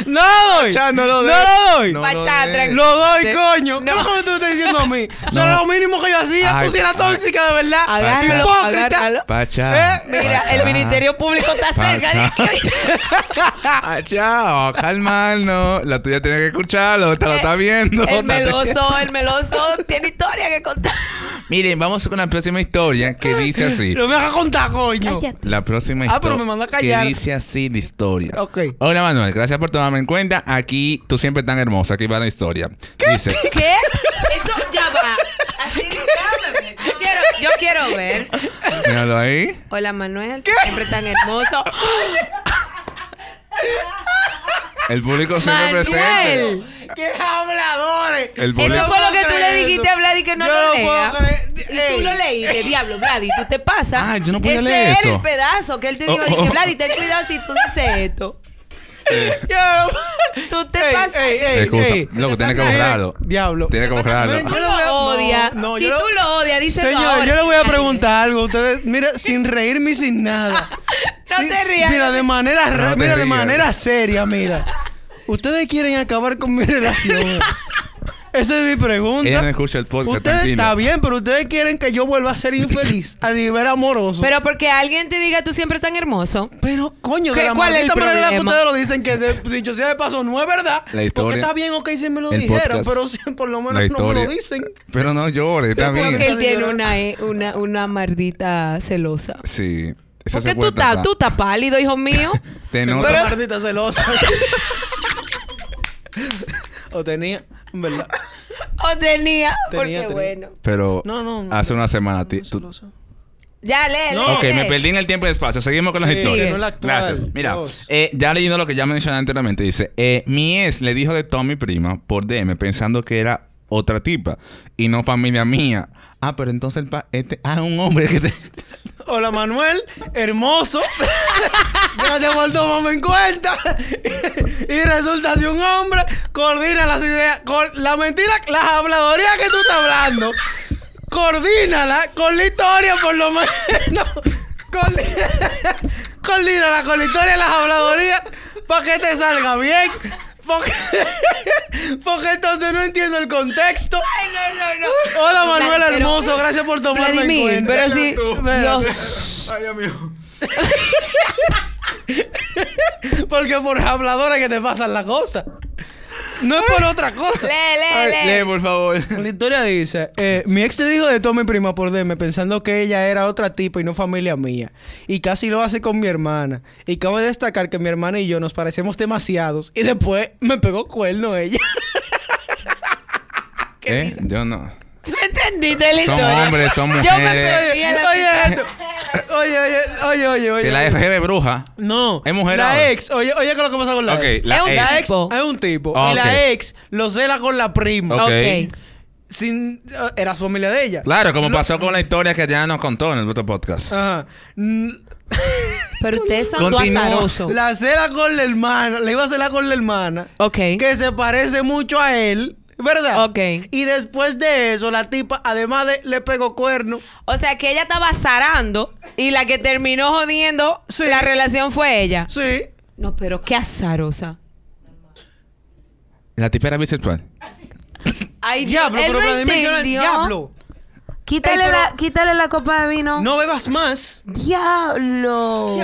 A: No lo doy.
C: Ya, no lo
A: no
C: des.
A: lo doy.
C: No eh.
B: Pa'
C: lo
B: atrás,
C: des.
B: tranquilo.
A: Lo doy,
B: Te-
A: coño. ¿Qué es lo que tú estás diciendo a mí? Eso era lo mínimo que yo hacía.
C: Ay,
A: tú sí eras
C: ay.
A: tóxica, de verdad.
B: Agárralo,
A: Hipócrita.
B: agárralo.
C: Pacha.
A: Eh,
B: Mira, el Ministerio Público está cerca.
C: Pacha, oh, calmarnos. La tuya tiene que escucharlo, te lo está viendo.
B: El meloso, el meloso tiene historia que contar.
C: Miren, vamos con la próxima historia que dice así.
A: No me hagas contar, coño.
B: Cállate.
C: La próxima
A: Ah,
C: histo-
A: pero me mandó a callar.
C: Que dice así la historia.
A: Ok.
C: Hola Manuel, gracias por tomarme en cuenta. Aquí tú siempre tan hermosa. Aquí va la historia. Dice.
B: ¿Qué? Eso ya va. Así que cámbiame. yo quiero, yo quiero ver.
C: Míralo ahí.
B: Hola Manuel, siempre tan hermoso.
C: El público siempre presente.
B: Manuel,
A: ¡Qué habladores!
C: El
B: eso
C: público.
B: fue lo que tú le
A: creer
B: dijiste
A: eso.
B: a Vladi que no
A: Yo
B: lo
A: no puedo
B: lea.
A: creer.
B: Y tú lo
A: Ey.
B: leíste, diablo, Vladi, tú te pasas.
C: Ah, yo no podía
B: Ese
C: leer
B: era
C: eso.
B: el pedazo que él te dijo,
C: Oh,
B: dije,
C: oh.
B: Vladi, ten cuidado si tú dices esto.
A: Yo no-
B: Tú te
A: Ey,
B: pasas.
A: ey, ey,
C: Excusa.
A: ey.
C: Loco, tienes que
A: Ey,
C: borrarlo.
A: Diablo.
C: Tienes que borrarlo.
B: Tú
A: Yo le
B: lo
A: voy a- no,
B: odias.
A: no,
B: si
A: yo
B: tú
A: le-
B: lo odias, díselo
A: Señor,
B: ahora.
A: yo le voy a
B: Ay,
A: preguntar algo. Ustedes, mira, sin reírme y sin nada.
B: No
A: Sin-
B: te rías.
A: Mira, de manera, ra-
C: te
A: mira, de
C: rías.
A: manera seria, mira. Ustedes quieren acabar con mi relación. Esa es mi pregunta.
C: Ella no escucha el podcast,
A: Ustedes
C: tranquilo.
A: está bien, pero ustedes quieren que yo vuelva a ser infeliz a nivel amoroso.
B: Pero porque alguien te diga tú siempre tan hermoso.
A: Pero, coño, de
B: ¿Qué-
A: la
B: cuál es el
A: maldita manera que
B: problema?
A: ustedes lo dicen, que de- dicho sea de paso, no es verdad.
C: La historia-
A: Porque está bien, ok, si me lo
C: el
A: dijeron,
C: podcast,
A: pero si por lo menos no me
C: La historia.
A: lo dicen.
C: Pero no llores, está
A: Yo creo
C: bien.
B: Porque él
A: Está
B: tiene
A: llorando.
B: una, eh, una, una mardita celosa.
C: Sí. Eso
B: Porque
C: se
B: tú
C: puede
B: estás
C: tapar.
B: tú estás pálido, hijo mío.
C: Te
A: No,
C: noto-
A: pero... maldita celosa. o tenía, en verdad.
B: O Oh, tenía. porque
A: tenía.
B: bueno.
C: Pero
A: No, no, no.
C: hace una semana ti- tú-
A: Celosa.
B: Ya lee.
A: No.
B: lee,
C: Ok,
B: lee.
C: me perdí en el tiempo y el espacio. Seguimos con las
A: Sí,
C: historias.
B: que no
A: es la actual.
C: Gracias. Mira,
A: Dios.
C: eh, ya leyendo lo que ya mencioné anteriormente, dice: eh, Mi ex le dijo de todo a mi prima por DM pensando que era otra tipa y no familia mía. Ah, pero entonces el pa este, ah, un hombre que te.
A: Hola, Manuel. Hermoso. Gracias por tomarme en cuenta. y resulta si un hombre coordina las ideas. Con la mentira, las habladorías que tú estás hablando. Coordínala con la historia, por lo menos. Con, coordínala con la historia, las habladorías. Para que te salga bien. Porque, porque entonces no entiendo el contexto.
B: Ay, no, no, no.
A: Hola, Manuel
B: Pero-
A: hermoso. Gracias por tomarme en
B: Vladimir,
A: cuenta.
B: pero sí.
A: Espérate.
B: Dios.
C: Ay, amigo.
A: Porque por habladora que te pasan las cosas. No es por otra cosa.
B: Lee, lee,
C: Ay,
B: lee.
C: lee, por favor.
A: La historia dice, eh, mi ex le dijo de todo a mi prima por DM, pensando que ella era otra tipo y no familia mía. Y casi lo hace con mi hermana. Y cabe destacar que mi hermana y yo nos parecemos demasiados. Y después me pegó cuerno ella.
C: ¿Eh? Yo no.
B: ¿Tú entendiste la
C: Son
B: historia?
C: hombres, son
B: Yo me
C: mujeres.
B: perdí
A: oye,
B: en la-
A: esto. Oye, oye, oye, oye, oye.
C: Que la FGB bruja.
A: No.
C: ¿Es mujer
A: La
C: ahora?
A: ex. Oye, oye, ¿qué es lo que pasa con la
C: Ok,
A: ex?
C: la
B: Es un
C: ex.
A: La ex
B: tipo.
A: es un tipo.
C: Ah,
A: y
C: ok.
A: la ex lo cela con la prima.
C: Ok.
B: Ok.
A: Sin, eh, era familia de ella.
C: Claro, como pasó con la historia que ya nos contó en el otro podcast.
A: Ajá. N-
B: Pero ustedes son dos
C: Continúa.
B: azarosos.
A: La cela con la hermana, la iba a celar con la hermana.
B: Ok.
A: Que se parece mucho a él, ¿verdad?
B: Ok.
A: Y después de eso, la tipa, además de le pegó cuerno.
B: O sea, que ella estaba azarando y la que terminó jodiendo
A: Sí.
B: la relación fue ella.
A: Sí.
B: No, pero qué azarosa.
C: La tipa era bisexual.
B: Ay,
A: Diablo,
B: él
A: pero
B: no
A: Vladimir, yo no-
B: entendió.
A: diablo.
B: Quítale,
A: Ey, pero-
B: la, quítale la copa de vino.
A: No bebas más.
B: Diablo.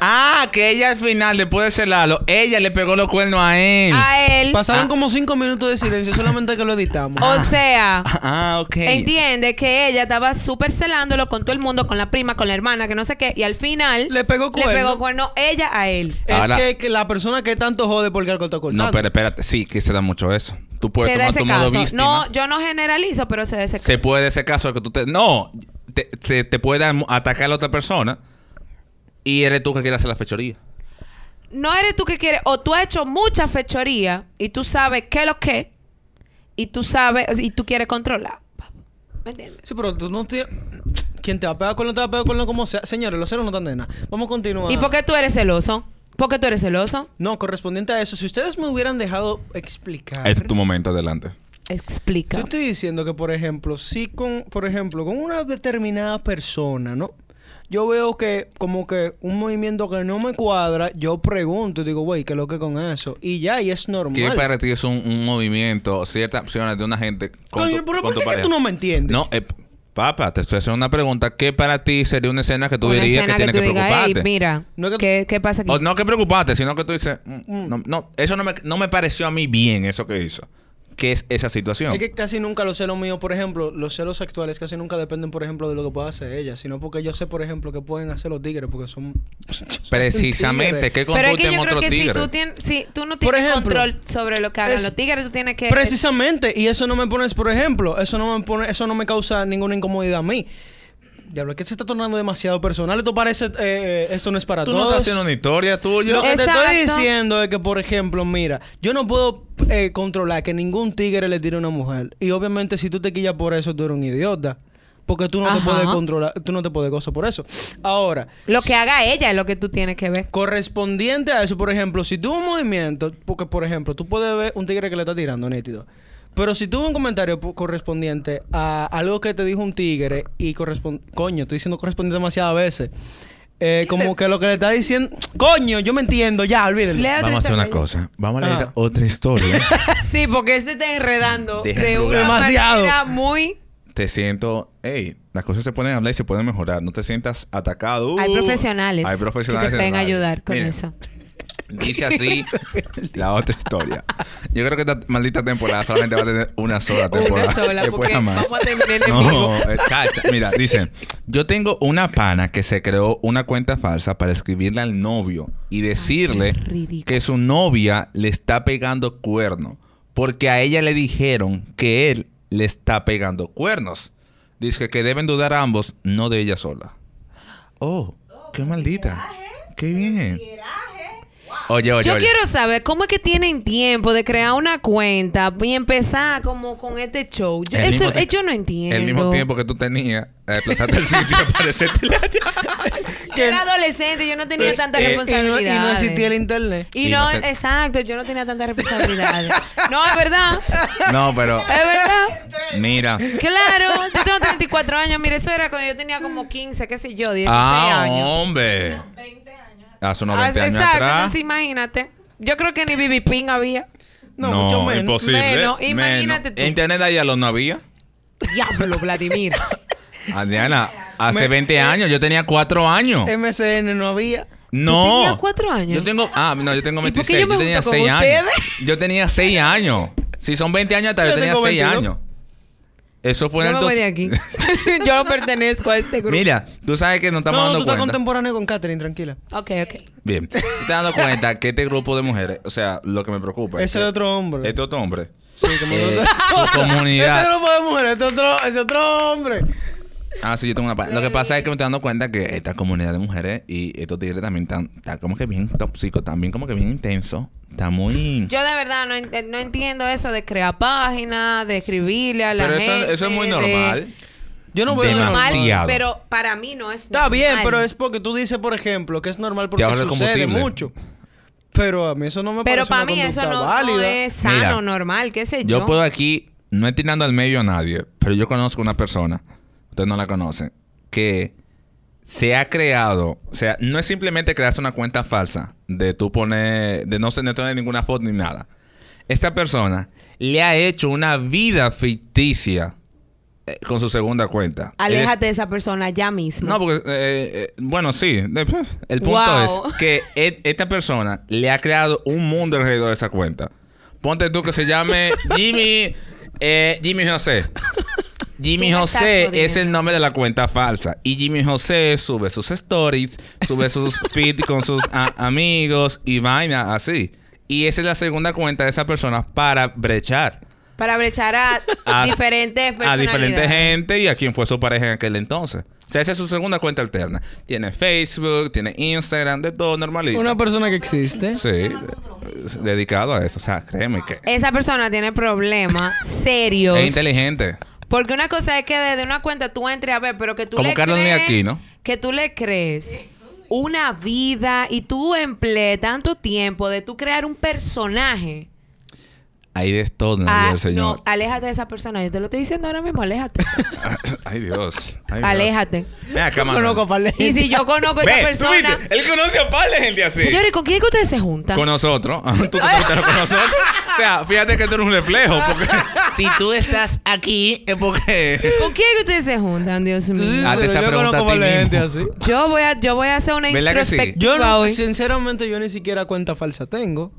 C: Ah, que ella al final, después de celarlo, ella le pegó los cuernos a él.
B: A él.
A: Pasaron
C: Ah.
A: como cinco minutos de silencio, solamente que lo editamos.
B: O sea,
C: Ah, ok.
B: entiende que ella estaba súper celándolo con todo el mundo, con la prima, con la hermana, que no sé qué. Y al final.
A: Le pegó cuerno.
B: Le pegó cuerno ella a él.
A: Es
C: Ahora-
A: que, que la persona que tanto jode porque algo está cortando.
C: No, pero espérate. Sí, que se da mucho eso. Pues Tú puedes
B: Se da
C: tomar
B: ese
C: tu modo
B: caso.
C: víctima.
B: No, yo no generalizo, pero se da ese caso.
C: Se puede ese caso de que tú te... No, te, te, te puede am- atacar a la otra persona y eres tú que quieres hacer la fechoría.
B: no eres tú que quieres, o tú has hecho mucha fechoría y tú sabes qué es lo que, y tú sabes, o sea, y tú quieres controlar. ¿Me entiendes?
A: Sí, pero tú no tienes... ¿Quién te va a pegar cuerno? Te va a pegar cuerno como sea. Señores, los ceros no están de nada. Vamos a continuar.
B: ¿Y por qué tú eres celoso? ¿Por qué tú eres celoso?
A: No, correspondiente a eso, si ustedes me hubieran dejado explicar...
C: Este es tu momento, adelante.
B: Explica.
A: Yo estoy diciendo que, por ejemplo, si con, por ejemplo, con una determinada persona, ¿no? Yo veo que como que un movimiento que no me cuadra, yo pregunto y digo, güey, ¿qué es lo que con eso? Y ya, y es normal.
C: ¿Qué para ti es un, un movimiento, ciertas acciones de una gente con
A: Coño,
C: tu,
A: pero ¿por
C: con tu
A: qué es que
C: pareja?
A: tú no me entiendes?
C: No, eh, papá, te estoy haciendo una pregunta. ¿Qué para ti sería una escena que tú
B: Una
C: dirías que
B: escena
C: tienes que,
B: tú digas, "Ey,
C: preocuparte?
B: mira,
A: No es que-
B: ¿qué, qué pasa aquí?
C: O no que preocuparte, sino que tú dices, "Mm, no, no, eso no me, no me pareció a mí bien eso que hizo. ¿Qué es esa situación?
A: Es que casi nunca los celos míos, por ejemplo, los celos actuales casi nunca dependen, por ejemplo, de lo que pueda hacer ella, sino porque yo sé, por ejemplo, que pueden hacer los tigres, porque son...
C: Precisamente,
A: Tigres.
C: ¿qué
B: Pero es
C: conducta
B: que yo
C: mostró
B: creo que si
C: tigre?
B: tú, tienes, si tú no
A: Por
B: tienes
A: ejemplo,
B: control sobre lo que hagan
A: es-
B: los tigres, tú tienes que...
A: Precisamente, y eso no me pones, por ejemplo, eso no me pone, eso no me causa ninguna incomodidad a mí. Diablo, es que se está tornando demasiado personal. Esto parece, eh, eh, esto no es para
C: Tú no
A: todos.
C: estás haciendo una historia tuya.
A: Lo que te
B: Exacto.
A: estoy diciendo es que, por ejemplo, mira, yo no puedo eh, controlar que ningún tigre le tire a una mujer. Y obviamente, si tú te quillas por eso, tú eres un idiota. Porque tú no te
B: Ajá.
A: puedes controlar, tú no te puedes gozar por eso. Ahora,
B: Lo que haga ella es lo que tú tienes que ver.
A: Correspondiente a eso, por ejemplo, si tuvo un movimiento, porque por ejemplo, tú puedes ver un tigre que le está tirando nítido. Pero si tuvo un comentario po- correspondiente a algo que te dijo un tigre y corresponde. Coño, estoy diciendo correspondiente demasiadas veces. Eh, como que lo que le está diciendo. Coño, yo me entiendo, ya, olvídenlo.
B: Lea otra
C: Vamos a hacer una
B: historia.
C: cosa. Vamos a
A: Ajá.
C: leer otra historia.
B: Sí, porque él se está enredando
C: Deja
B: de
C: el
B: una
C: lugar.
A: Demasiado.
B: manera muy...
C: te siento, hey, las cosas se pueden hablar y se pueden mejorar. No te sientas atacado.
B: hay
C: Uh,
B: profesionales,
C: Hay profesionales.
B: que te pueden
C: en radio.
B: ayudar con
C: Mira,
B: eso.
C: Dice así la otra historia. Yo creo que esta maldita temporada solamente va a tener una sola temporada.
B: Una sola,
C: Después
B: porque
C: jamás.
B: vamos a terminar en vivo.
C: No, eh, chacha. Mira, dice, yo tengo una pana que se creó una cuenta falsa para escribirle al novio y decirle
B: qué ridículo.
C: que su novia le está pegando cuerno, porque a ella le dijeron que él le está pegando cuernos. Dice que deben dudar ambos, no de ella sola. Oh, qué maldita. Qué bien. Oye, oye,
B: Yo
C: oye.
B: quiero saber cómo es que tienen tiempo de crear una cuenta y empezar como con este show. Yo,
C: El
B: eso-
C: mismo
B: eh,
C: tiempo-
B: yo no entiendo.
C: El mismo tiempo que tú tenías, eh, desplazarte el sitio y aparecerte
B: Yo era adolescente, yo no tenía tanta
A: Eh, y, no,
B: responsabilidad. eh.
A: y no existía el internet.
B: Y
C: Y
B: no,
C: no se-
B: exacto, yo no tenía tanta responsabilidad. no, es verdad.
C: No, pero
B: Es verdad.
C: mira.
B: Claro, yo tengo 34 años. Mire, eso era cuando yo tenía como 15, qué sé yo, 16
C: Ah,
B: años.
C: hombre. Hace unos
B: Ah,
C: 20 años
B: exacto,
C: atrás.
B: entonces imagínate. Yo creo que ni BB Ping había.
A: No, mucho menos.
C: imposible.
B: Menos, imagínate tú.
C: Internet allá lo no había.
B: Diablo, Vladimir.
A: eh,
C: Adriana, hace 20 años, yo tenía 4 años.
A: MSN no había.
C: No.
B: tenías cuatro años?
C: Yo tengo. Ah, no, yo tengo
B: ¿Y por
C: 26.
B: qué yo
C: yo,
B: me
C: tenía
B: junto con
C: 6 años.
B: ustedes?
C: Yo tenía 6 años. Si son 20 años, hasta yo,
A: Yo
C: tenía
A: tengo
C: 6
A: 22.
C: años. Eso fue
B: Yo
C: en
B: me
C: el
B: voy de
C: 2000.
B: aquí. Yo no pertenezco a este grupo.
C: Mira, tú sabes que no estamos
A: no, tú
C: dando
A: estás
C: cuenta.
A: contemporáneo con Catherine, tranquila.
B: Ok, ok.
C: Bien. Tú te dando cuenta que este grupo de mujeres, o sea, lo que me
A: Ese
C: preocupa. Pues que
A: es otro hombre.
C: Este otro hombre.
A: Sí, como
C: eh,
A: nosotros.
C: su
A: Este
C: comunidad.
A: grupo de mujeres, este otro, ese otro hombre.
C: Ah, sí, yo tengo una pa- Lo que pasa es que me estoy dando cuenta que esta comunidad de mujeres y estos tigres también están, están como que bien tóxicos, también como que bien intenso. Está muy.
B: Yo de verdad no, ent- no entiendo eso de crear páginas, de escribirle a la
C: Pero
B: gente.
C: eso, eso es muy
B: de-
C: normal.
A: Yo no veo
C: Demasiado.
A: normal.
B: Mal,
C: Demasiado.
B: pero para mí no es
A: Está bien,
B: normal.
A: pero es porque tú dices, por ejemplo, que es normal porque
C: ahorra
A: sucede
C: combustible.
A: mucho. Pero a mí eso no me
B: Pero
A: parece
B: para
A: una
B: mí eso
A: conducta
B: no,
A: válida.
B: no es sano,
C: Mira,
B: normal, qué sé yo.
C: Yo puedo aquí, no es tirando al medio a nadie, pero yo conozco una persona, ustedes no la conocen, que se ha creado, o sea, no es simplemente crearse una cuenta falsa de tú poner, de no, se- no tener ninguna foto ni nada. Esta persona le ha hecho una vida ficticia eh, con su segunda cuenta. Él es-
B: Aléjate de esa persona ya mismo.
C: No, porque, eh, eh, bueno, sí. De- pues, El punto
B: Wow.
C: es que e- esta persona le ha creado un mundo alrededor de esa cuenta. Ponte tú que se llame Jimmy, eh, Jimmy José. Jimmy
B: Tú me estás
C: José es
B: jodiendo.
C: el nombre de la cuenta falsa. Y Jimmy José sube sus stories, sube sus feeds con sus a- amigos y vaina así. Y esa es la segunda cuenta de esa persona para brechar
B: para brechar a,
C: a-
B: diferentes
C: a
B: personalidades.
C: diferente gente y a quien fue su pareja en aquel entonces. O sea, esa es su segunda cuenta alterna. Tiene Facebook, tiene Instagram, de todo normalito.
A: Una persona que existe.
C: Sí, eh, dedicado a eso. O sea, créeme que
B: Esa persona tiene problemas serios.
C: es inteligente.
B: Porque una cosa es que desde una cuenta tú entres a ver, pero que tú
C: Como
B: le
C: Carlos
B: crees...
C: Núñez Aquino.
B: Que tú le crees una vida y tú emplees tanto tiempo de tú crear un personaje.
C: Ahí de todo en la vida
B: Ah,
C: del
B: no,
C: Señor.
B: aléjate de esa persona. Yo te lo estoy diciendo ahora mismo, aléjate.
C: Ay, Dios. Ay, Dios.
B: aléjate.
C: Ven acá,
A: No
C: Manuel.
A: conozco a Paleta.
B: Y si yo conozco a
C: Ve,
B: esa
C: ¿tú
B: persona...
C: viste? Él conoce a par de gente así.
B: Señores, ¿con quién es que ustedes se juntan?
C: Con nosotros. Tú te juntaron con nosotros. O sea, fíjate que tú eres un reflejo. Porque si tú estás aquí, es porque.
B: ¿Con quién es que ustedes se juntan, Dios
A: Sí,
B: mío?
C: Ah, te
A: pero
C: esa
A: yo
C: pregunta
A: conozco
C: a ti
A: varias
C: mismo.
A: gente así.
B: Yo voy a, yo voy a hacer una
C: ¿Verdad que sí?
B: introspectiva
A: Yo, no-
B: hoy.
A: sinceramente, yo ni siquiera cuenta falsa tengo.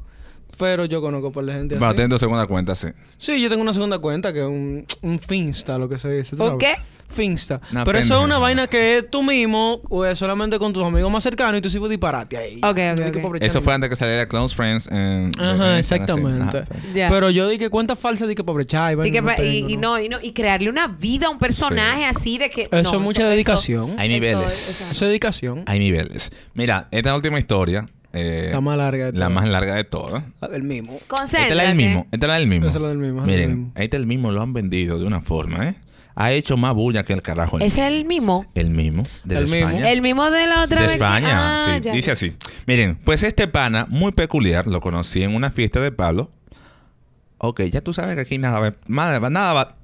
A: Pero yo conozco por la gente así.
C: Va, teniendo segunda cuenta, sí.
A: Sí, yo tengo una segunda cuenta que es un, un Finsta, lo que se dice. ¿tú
B: ¿Un
A: sabes?
B: qué?
A: Finsta.
C: Una
A: Pero eso
C: pendeja.
A: es una vaina que es tú mismo, o es solamente con tus amigos más cercanos y tú sigues disparate ahí.
B: Ok, ok,
A: Tú dices,
B: ok.
A: "Pobre
C: Eso
A: chamo".
C: fue antes que saliera Close Friends. En,
A: Ajá,
C: en-
A: exactamente.
C: Ajá.
B: Ya.
A: Pero yo dije, ¿cuántas falsas dije para brechar?
B: Y, que
A: vaina,
B: pa- y-
A: tengo,
B: y no, y no, y crearle una vida a un personaje así de que.
A: Eso
B: no,
A: es mucha dedicación.
C: Hay
B: eso-
C: niveles. Este
B: eso-
A: Eso es dedicación.
C: Hay niveles. Mira, esta última historia. eh,
A: La más larga de
C: La
A: todas.
C: más larga de todas.
A: La del mismo.
C: Esta
B: Concéntrate.
C: es la del mismo. Esta es la del mismo.
A: Esa es la del mismo, esa es la del
C: Miren,
A: mismo.
C: ahí está el mismo. Lo han vendido de una forma, ¿eh? Ha hecho más bulla que el carajo.
B: Ese es el mismo.
C: El mismo. De
A: El mismo.
C: España.
B: El mismo de la otra
C: de
B: vez. que-
C: España,
B: Ah,
C: sí.
B: ya,
C: Dice
B: ya.
C: así. Miren, pues este pana, muy peculiar, lo conocí en una fiesta de Pablo. Ok, ya tú sabes que aquí nada va, nada va, nada va-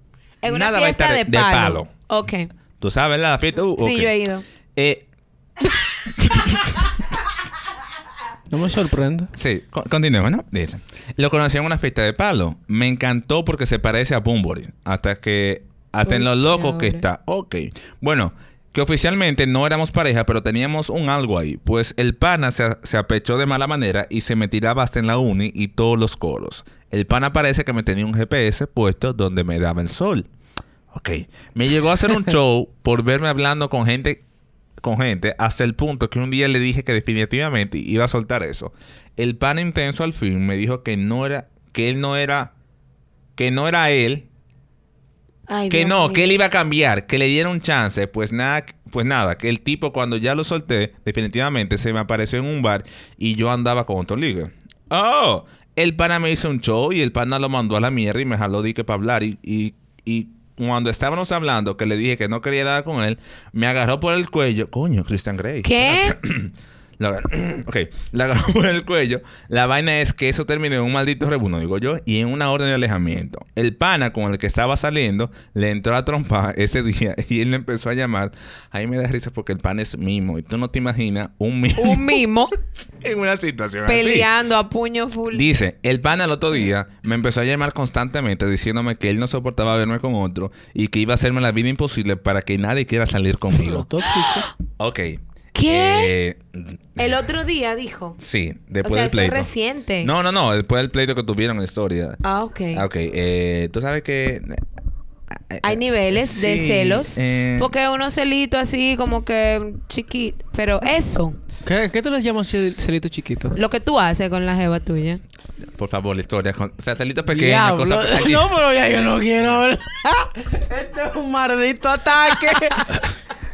B: En una
C: nada va a
B: fiesta
C: estar
B: de palo. Ok.
C: Tú sabes, ¿verdad? La fiesta. Uh, ok.
B: Sí, yo he ido.
C: Eh,
A: No me sorprende.
C: sí, co- continuemos, ¿no? Dice. Lo conocí en una fiesta de palo. Me encantó porque se parece a Bumbori. Hasta que. Hasta en lo loco que
B: Chévere.
C: está. Ok. Bueno, que oficialmente no éramos pareja, pero teníamos un algo ahí. Pues el pana se, se apechó de mala manera y se me tiraba hasta en la uni y todos los coros. El pana parece que me tenía un GPS puesto donde me daba el sol. Ok. Me llegó a hacer un show por verme hablando con gente con gente hasta el punto que un día le dije que definitivamente iba a soltar eso. El pan intenso al fin me dijo que no era que él no era que no era él,
B: Ay,
C: que
B: Dios
C: no,
B: mío.
C: que él iba a cambiar, que le diera un chance, pues nada, pues nada, que el tipo cuando ya lo solté, definitivamente se me apareció en un bar y yo andaba con otro liga. Oh, el pana me hizo un show y el pana lo mandó a la mierda y me jaló dique para hablar y, y, y cuando estábamos hablando que le dije que no quería nada con él, me agarró por el cuello, coño, Christian Grey.
B: ¿Qué?
C: La, ok, la agarró por el cuello. La vaina es que eso terminó en un maldito rebuno, digo yo, y en una orden de alejamiento. El pana con el que estaba saliendo le entró a trompar ese día y él le empezó a llamar. Ahí me da risa porque el pana es mimo y tú no te imaginas un mimo
B: Un mimo
C: en una situación así.
B: peleando a puño full.
C: Dice, el pana al otro día me empezó a llamar constantemente diciéndome que él no soportaba verme con otro y que iba a hacerme la vida imposible para que nadie quiera salir
A: Lo
C: conmigo.
A: tóxico.
C: Ok.
B: ¿Qué?
C: Eh,
B: El otro día dijo.
C: sí, después
B: sea,
C: del
B: fue
C: pleito.
B: reciente.
C: No, no, no. Después del pleito que tuvieron en la historia.
B: Ah, ok.
C: Ah, ok. eh, Tú sabes que...
A: Eh,
B: Hay niveles de
C: Sí,
B: celos.
C: eh.
B: Porque uno celito así como que chiquito. Pero eso,
A: ¿Qué, qué tú les llamas cel- celito chiquito?
B: lo que tú haces con la jeva tuya.
C: Por favor, la historia. con- O sea, celitos pequeños,
A: Diablo.
C: cosas... Ay,
A: No, pero ya yo no quiero hablar. Este es un maldito ataque.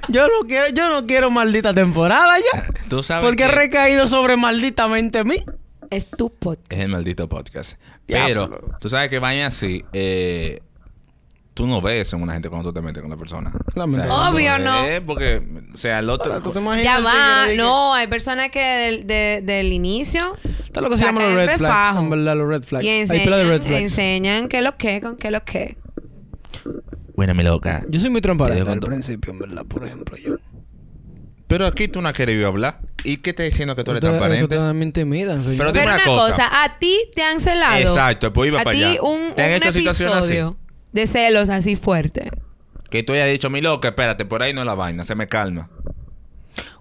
A: Yo no quiero, yo no quiero maldita temporada ya.
C: Tú sabes
A: Porque he
C: que-
A: recaído sobre malditamente mí.
B: Es tu podcast.
C: Es el maldito podcast.
A: Diablo.
C: Pero tú sabes que vaina así. eh, tú no ves en una gente cuando tú te metes con la persona.
A: Lamentable.
B: Obvio,
C: eso
B: no.
C: es porque, o sea, el otro.
A: ¿Tú te imaginas
B: Ya
A: el
B: va,
A: tigre de Eh, que-
B: no, hay personas que del, de- del inicio
A: Esto es lo que se llama
B: sacan
A: los
B: el
A: red flags.
B: refajo.
A: En verdad, los red flags.
B: y
A: Hay pila de red
B: enseñan,
A: flags.
B: enseñan qué lo que, con qué lo que.
C: Bueno, mi loca.
A: Yo soy muy
C: Te
A: transparente
C: digo
A: al
C: cuando-
A: principio, en verdad, por ejemplo, yo.
C: Pero aquí tú no has querido hablar. ¿Y qué te diciendo que tú eres
A: Ustedes-
C: transparente?
A: ustedes me intimidan, soy yo.
C: Pero
B: Pero
C: dime
B: una
C: una
B: cosa.
C: cosa.
B: a ti te han celado.
C: Exacto, pues iba
B: a
C: para
B: ti
C: allá.
B: un,
C: ¿Te han
B: un
C: hecho situaciones así?
B: episodio de celos así fuerte.
C: Que tú hayas dicho, mi loca, espérate, por ahí no es la vaina, se me calma.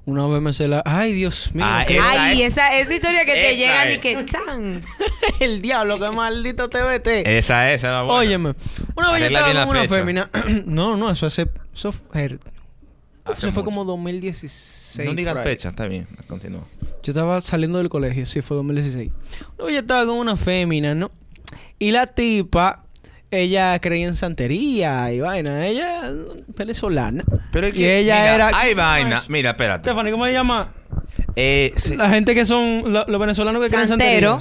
A: Una vez me se la... Ay, Dios mío.
C: Ah,
A: qué-
C: Esa
B: Ay,
C: es-
B: esa, esa historia que te
C: esa
B: llega
C: es.
B: ni que tan.
A: el diablo, qué maldito TBT.
B: Eh.
C: Esa, esa es la buena.
A: Óyeme, una vez yo
C: Eh, Arregla
A: estaba
C: bien la
A: con una
C: fecha.
A: fémina. no, no, eso hace. Eso fue, er,
C: Hace
A: eso fue
C: mucho.
A: como 2016.
C: No digas
A: por ahí.
C: fecha, está bien, continúa.
A: Yo estaba saliendo del colegio, sí, fue 2016. Una vez yo estaba con una fémina, ¿no? Y la tipa, ella creía en santería y vaina. Ella venezolana.
C: Pero es
A: y
C: que,
A: ella
C: mira,
A: era.
C: Hay vaina. Mira, espérate.
A: Stephanie, ¿cómo se llama?
C: Eh, sí.
A: La gente que son. lo- los venezolanos que creen en
B: Santero.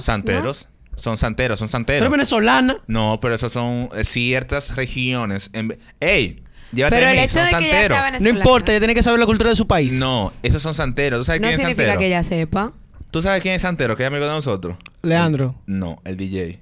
A: santería.
C: Santeros. Son santeros, son
A: Tú
C: santeros.
A: eres venezolana.
C: No, pero esas son eh, ciertas regiones. En... ve- ¡Ey! Llévate
B: Pero
C: de
B: el
C: mí,
B: hecho
C: son
B: de que ya
C: santeros.
B: sea
A: No
B: venezolana
A: importa, ella tiene que saber la cultura de su país.
C: No, esos son santeros. ¿Tú sabes
B: No
C: quién es
B: significa
C: santero?
B: que ella sepa.
C: ¿Tú sabes quién es santero? ¿Qué es amigo de nosotros?
A: Leandro.
C: No, el DJ.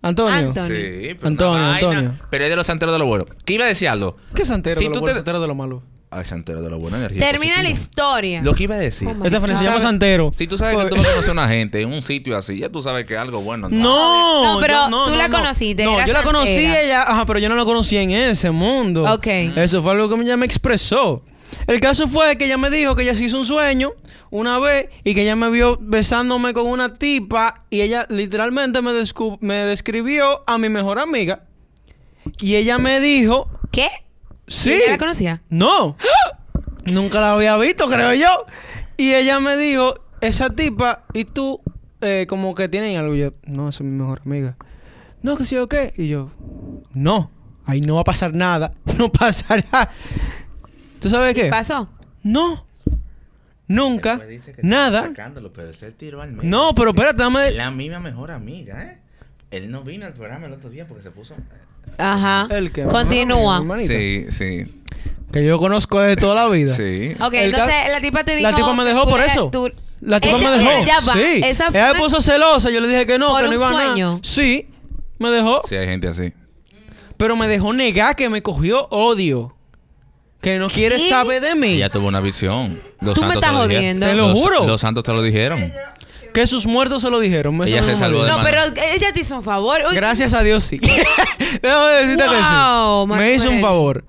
A: Antonio.
B: Antonio.
C: pero
A: Antonio,
C: una vaina.
A: Antonio.
C: Pero es de los santeros de lo bueno. ¿Qué iba a decir algo?
A: ¿Qué santero?
C: Si
A: de lo
C: tú
A: bueno,
C: te-
A: santero de lo malo.
C: Ay, santero de lo bueno, energía.
B: Termina la
C: positiva.
B: historia.
C: Lo que iba a decir.
B: Oh my
A: Esta se
B: God.
A: llama Santero.
C: si tú sabes que tú vas a conocer a una gente en un sitio así, ya tú sabes que algo bueno
A: No,
B: No, pero
A: yo-
B: tú la conociste,
A: No,
B: era
A: yo la conocí
B: santera.
A: ella, ajá, pero yo no la conocí en ese mundo.
B: Ok.
A: Eso fue algo que ella me expresó. El caso fue que ella me dijo que ella se hizo un sueño una vez y que ella me vio besándome con una tipa y ella literalmente me, descu- me describió a mi mejor amiga. Y ella me dijo,
B: ¿Qué?
A: sí.
B: ¿Ya la conocía?
A: No. Nunca la había visto, creo yo. Y ella me dijo, esa tipa y tú eh, como que tienen algo. Y yo, no, esa es mi mejor amiga. No, que sí o qué. Y yo, no, ahí no va a pasar nada. No pasará. ¿Tú sabes qué?
B: ¿Pasó?
A: No. Nunca. Nada.
C: pero es el tiro al medio.
A: No, pero eh. espérate, dame...
C: La misma mejor amiga, ¿eh? Él no vino al programa el otro día porque se puso.
B: Ajá.
A: El que-
B: Continúa.
A: Mi hermanita,
C: Sí, sí.
A: Que yo conozco de toda la vida.
C: Sí.
B: Ok,
A: El
B: entonces
A: ca-
B: la tipa te dijo.
A: La tipa me
B: que
A: dejó
B: tú
A: por
B: le-
A: eso.
B: tú-
A: La tipa
B: Ella-
A: me dejó.
B: Ya va.
A: Sí.
B: Esa fue
A: Ella me
B: una-
A: puso celosa. Yo le dije que no,
B: Por
A: que no
B: un
A: iba a nada.
B: sueño.
A: Sí. Me dejó.
C: Sí, hay gente así.
A: Pero me dejó negar que me cogió odio. Que no quiere
B: ¿Qué?
A: saber de mí.
C: Ella tuvo una visión. Los
B: Tú me
C: santos te
B: estás
C: lo dijeron.
B: jodiendo.
A: Te lo
C: Los-
A: juro.
C: Los santos te lo dijeron.
A: Que sus muertos se lo dijeron. Eso
C: Ella
A: mismo
C: se
A: me
C: salvó
A: dijo.
C: de
B: No, pues,
C: mano.
B: pero ella te hizo un favor. Uy,
A: Gracias a Dios, sí. Déjame decirte que
B: Wow,
A: sí. Me hizo un
B: Manuel.
A: favor.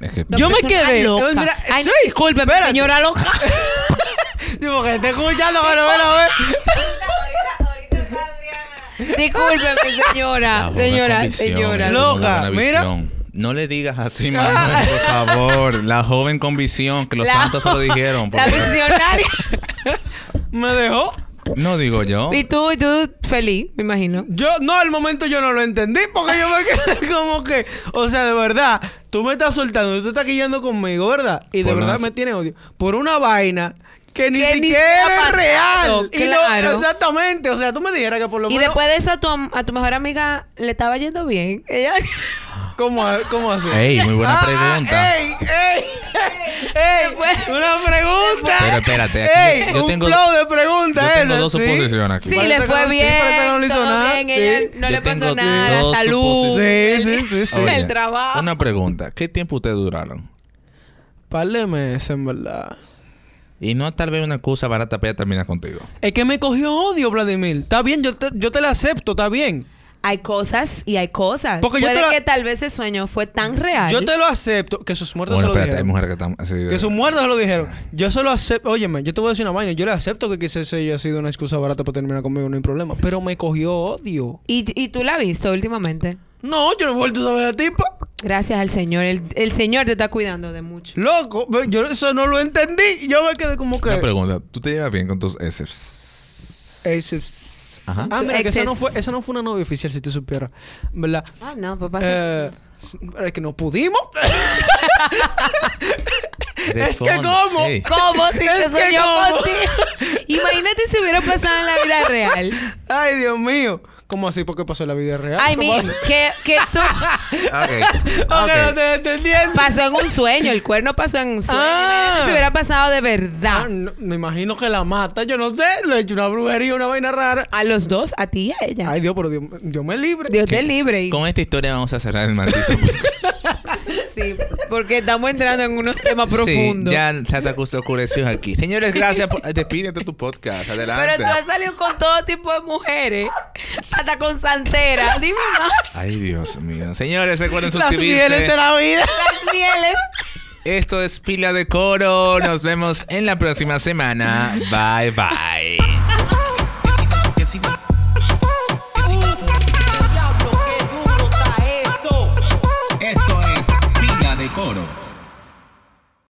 C: Es que
A: Yo me
B: persona
A: quedé.
B: loca.
A: Eh, mira,
B: Ay,
A: sí,
B: disculpe,
A: espérate.
B: señora loca.
A: Digo, que te escuchando, pero bueno, a ver.
B: Discúlpeme,
C: Ah,
B: señora.
C: una
B: señora,
C: convicción,
B: señora.
C: ella tuvo una
A: Loca,
C: buena
A: mira.
C: visión. No le digas así, Manuel, por favor. La joven con visión, que los
B: La-
C: santos se lo dijeron.
B: La
C: porque-
B: visionaria.
A: Me dejó.
C: No digo yo.
B: y tú, y tú feliz, me imagino.
A: Yo, no, al momento yo no lo entendí porque yo me quedé como que, o sea, de verdad, tú me estás soltando, tú estás quillando conmigo, ¿verdad? Y de
C: Por
A: verdad
C: una-
A: me tienes odio. Por una vaina que ni
B: Que ni
A: siquiera
B: siquiera ha
A: es real.
B: pasado,
A: Y no-
B: claro.
A: exactamente, o sea, tú me dijeras que por lo
B: Y
A: menos...
B: después de eso a tu, am- a tu mejor amiga le estaba yendo bien. Ella...
A: ¿Cómo, cómo así?
C: Ey, muy buena
A: Ah,
C: pregunta.
A: ¡Ey! ey, ¡Ey! ¡Una pregunta!
C: Pero espérate, aquí
A: ¡Ey!
C: yo
A: un
C: tengo-
A: flow de preguntas
C: yo tengo
A: esa,
C: dos
A: ¿sí?
C: suposiciones aquí.
B: Sí,
A: Parece
B: le
A: que
B: fue
A: no- sí,
B: bien.
A: parece que no le hizo
B: todo
A: nada,
B: bien,
A: sí.
B: Ella no
C: Yo
B: le pasó
C: tengo
B: nada.
C: dos
B: salud.
A: Sí, sí, sí, sí.
C: Oye,
B: El trabajo.
C: Una pregunta. ¿Qué tiempo ustedes duraron?
A: Par de meses, en verdad.
C: Y no tal vez una excusa barata para ella terminar contigo.
A: Es que me cogió odio, Vladimir. Está bien, yo te, yo te la acepto, está bien.
B: hay cosas y hay cosas.
A: Porque yo
B: Puede
A: te la-
B: que tal vez ese sueño fue tan real.
A: Yo te lo acepto. Que sus muertos se
C: Bueno,
A: lo
C: espérate, hay
A: dijeron.
C: mujeres que están. así de-
A: Que sus muertos se lo dijeron. Yo se lo acepto. Óyeme, yo te voy a decir una vaina. Yo le acepto que quizás haya sido una excusa barata para terminar conmigo, no hay problema. Pero me cogió odio.
B: ¿Y, y tú la has visto últimamente.
A: No, yo no he vuelto a ver a tipo.
B: Gracias al Señor. El, el Señor te está cuidando de mucho.
A: Loco, ve, yo eso no lo entendí. Yo me quedé como que.
C: Una pregunta. ¿Tú te llevas bien con tus exes?
A: Ese-
C: Ajá.
A: Ah, mira, que eso
B: Exes.
A: no, fue, eso no fue una novia oficial, si tú supieras. ¿Verdad?
B: Ah, no, papá.
A: Eh, es que no pudimos. Es que
C: Responde.
A: ¿cómo?
C: Ey,
B: ¿Cómo si
A: Es que
B: te soñó
A: como-
B: contigo? Imagínate si hubiera pasado en la vida real.
A: Ay, Dios mío. ¿Cómo así? ¿Por qué pasó en la vida real?
B: Ay,
A: ¿Cómo
B: mi,
A: así?
B: que, que tú
C: ok.
A: Ok, no
C: Ok.
A: te entendiendo.
B: pasó en un sueño, el cuerno pasó en un sueño.
A: Ah.
B: Imagínate Si hubiera pasado de
A: Ah,
B: verdad.
A: no, me imagino que la mata, yo no sé. Le he hecho una brujería, una vaina rara.
B: A los dos, a ti y a ella.
A: Ay, Dios, pero Dios, Dios me libre.
B: Dios te libre.
C: Con esta historia vamos a cerrar el maldito. podcast.
B: Sí, porque estamos entrando en unos temas
C: sí,
B: profundos.
C: ya Santa Cruz oscureció aquí. Señores, gracias. Por, despídete tu podcast. Adelante.
B: Pero tú has salido con todo tipo de mujeres, hasta con santera. Dime más.
C: Ay, Dios mío. Señores, recuerden
A: Las mieles de
C: suscribirse.
A: la vida.
B: Las mieles.
C: Esto es Pila de Coro. Nos vemos en la próxima semana. Bye, bye.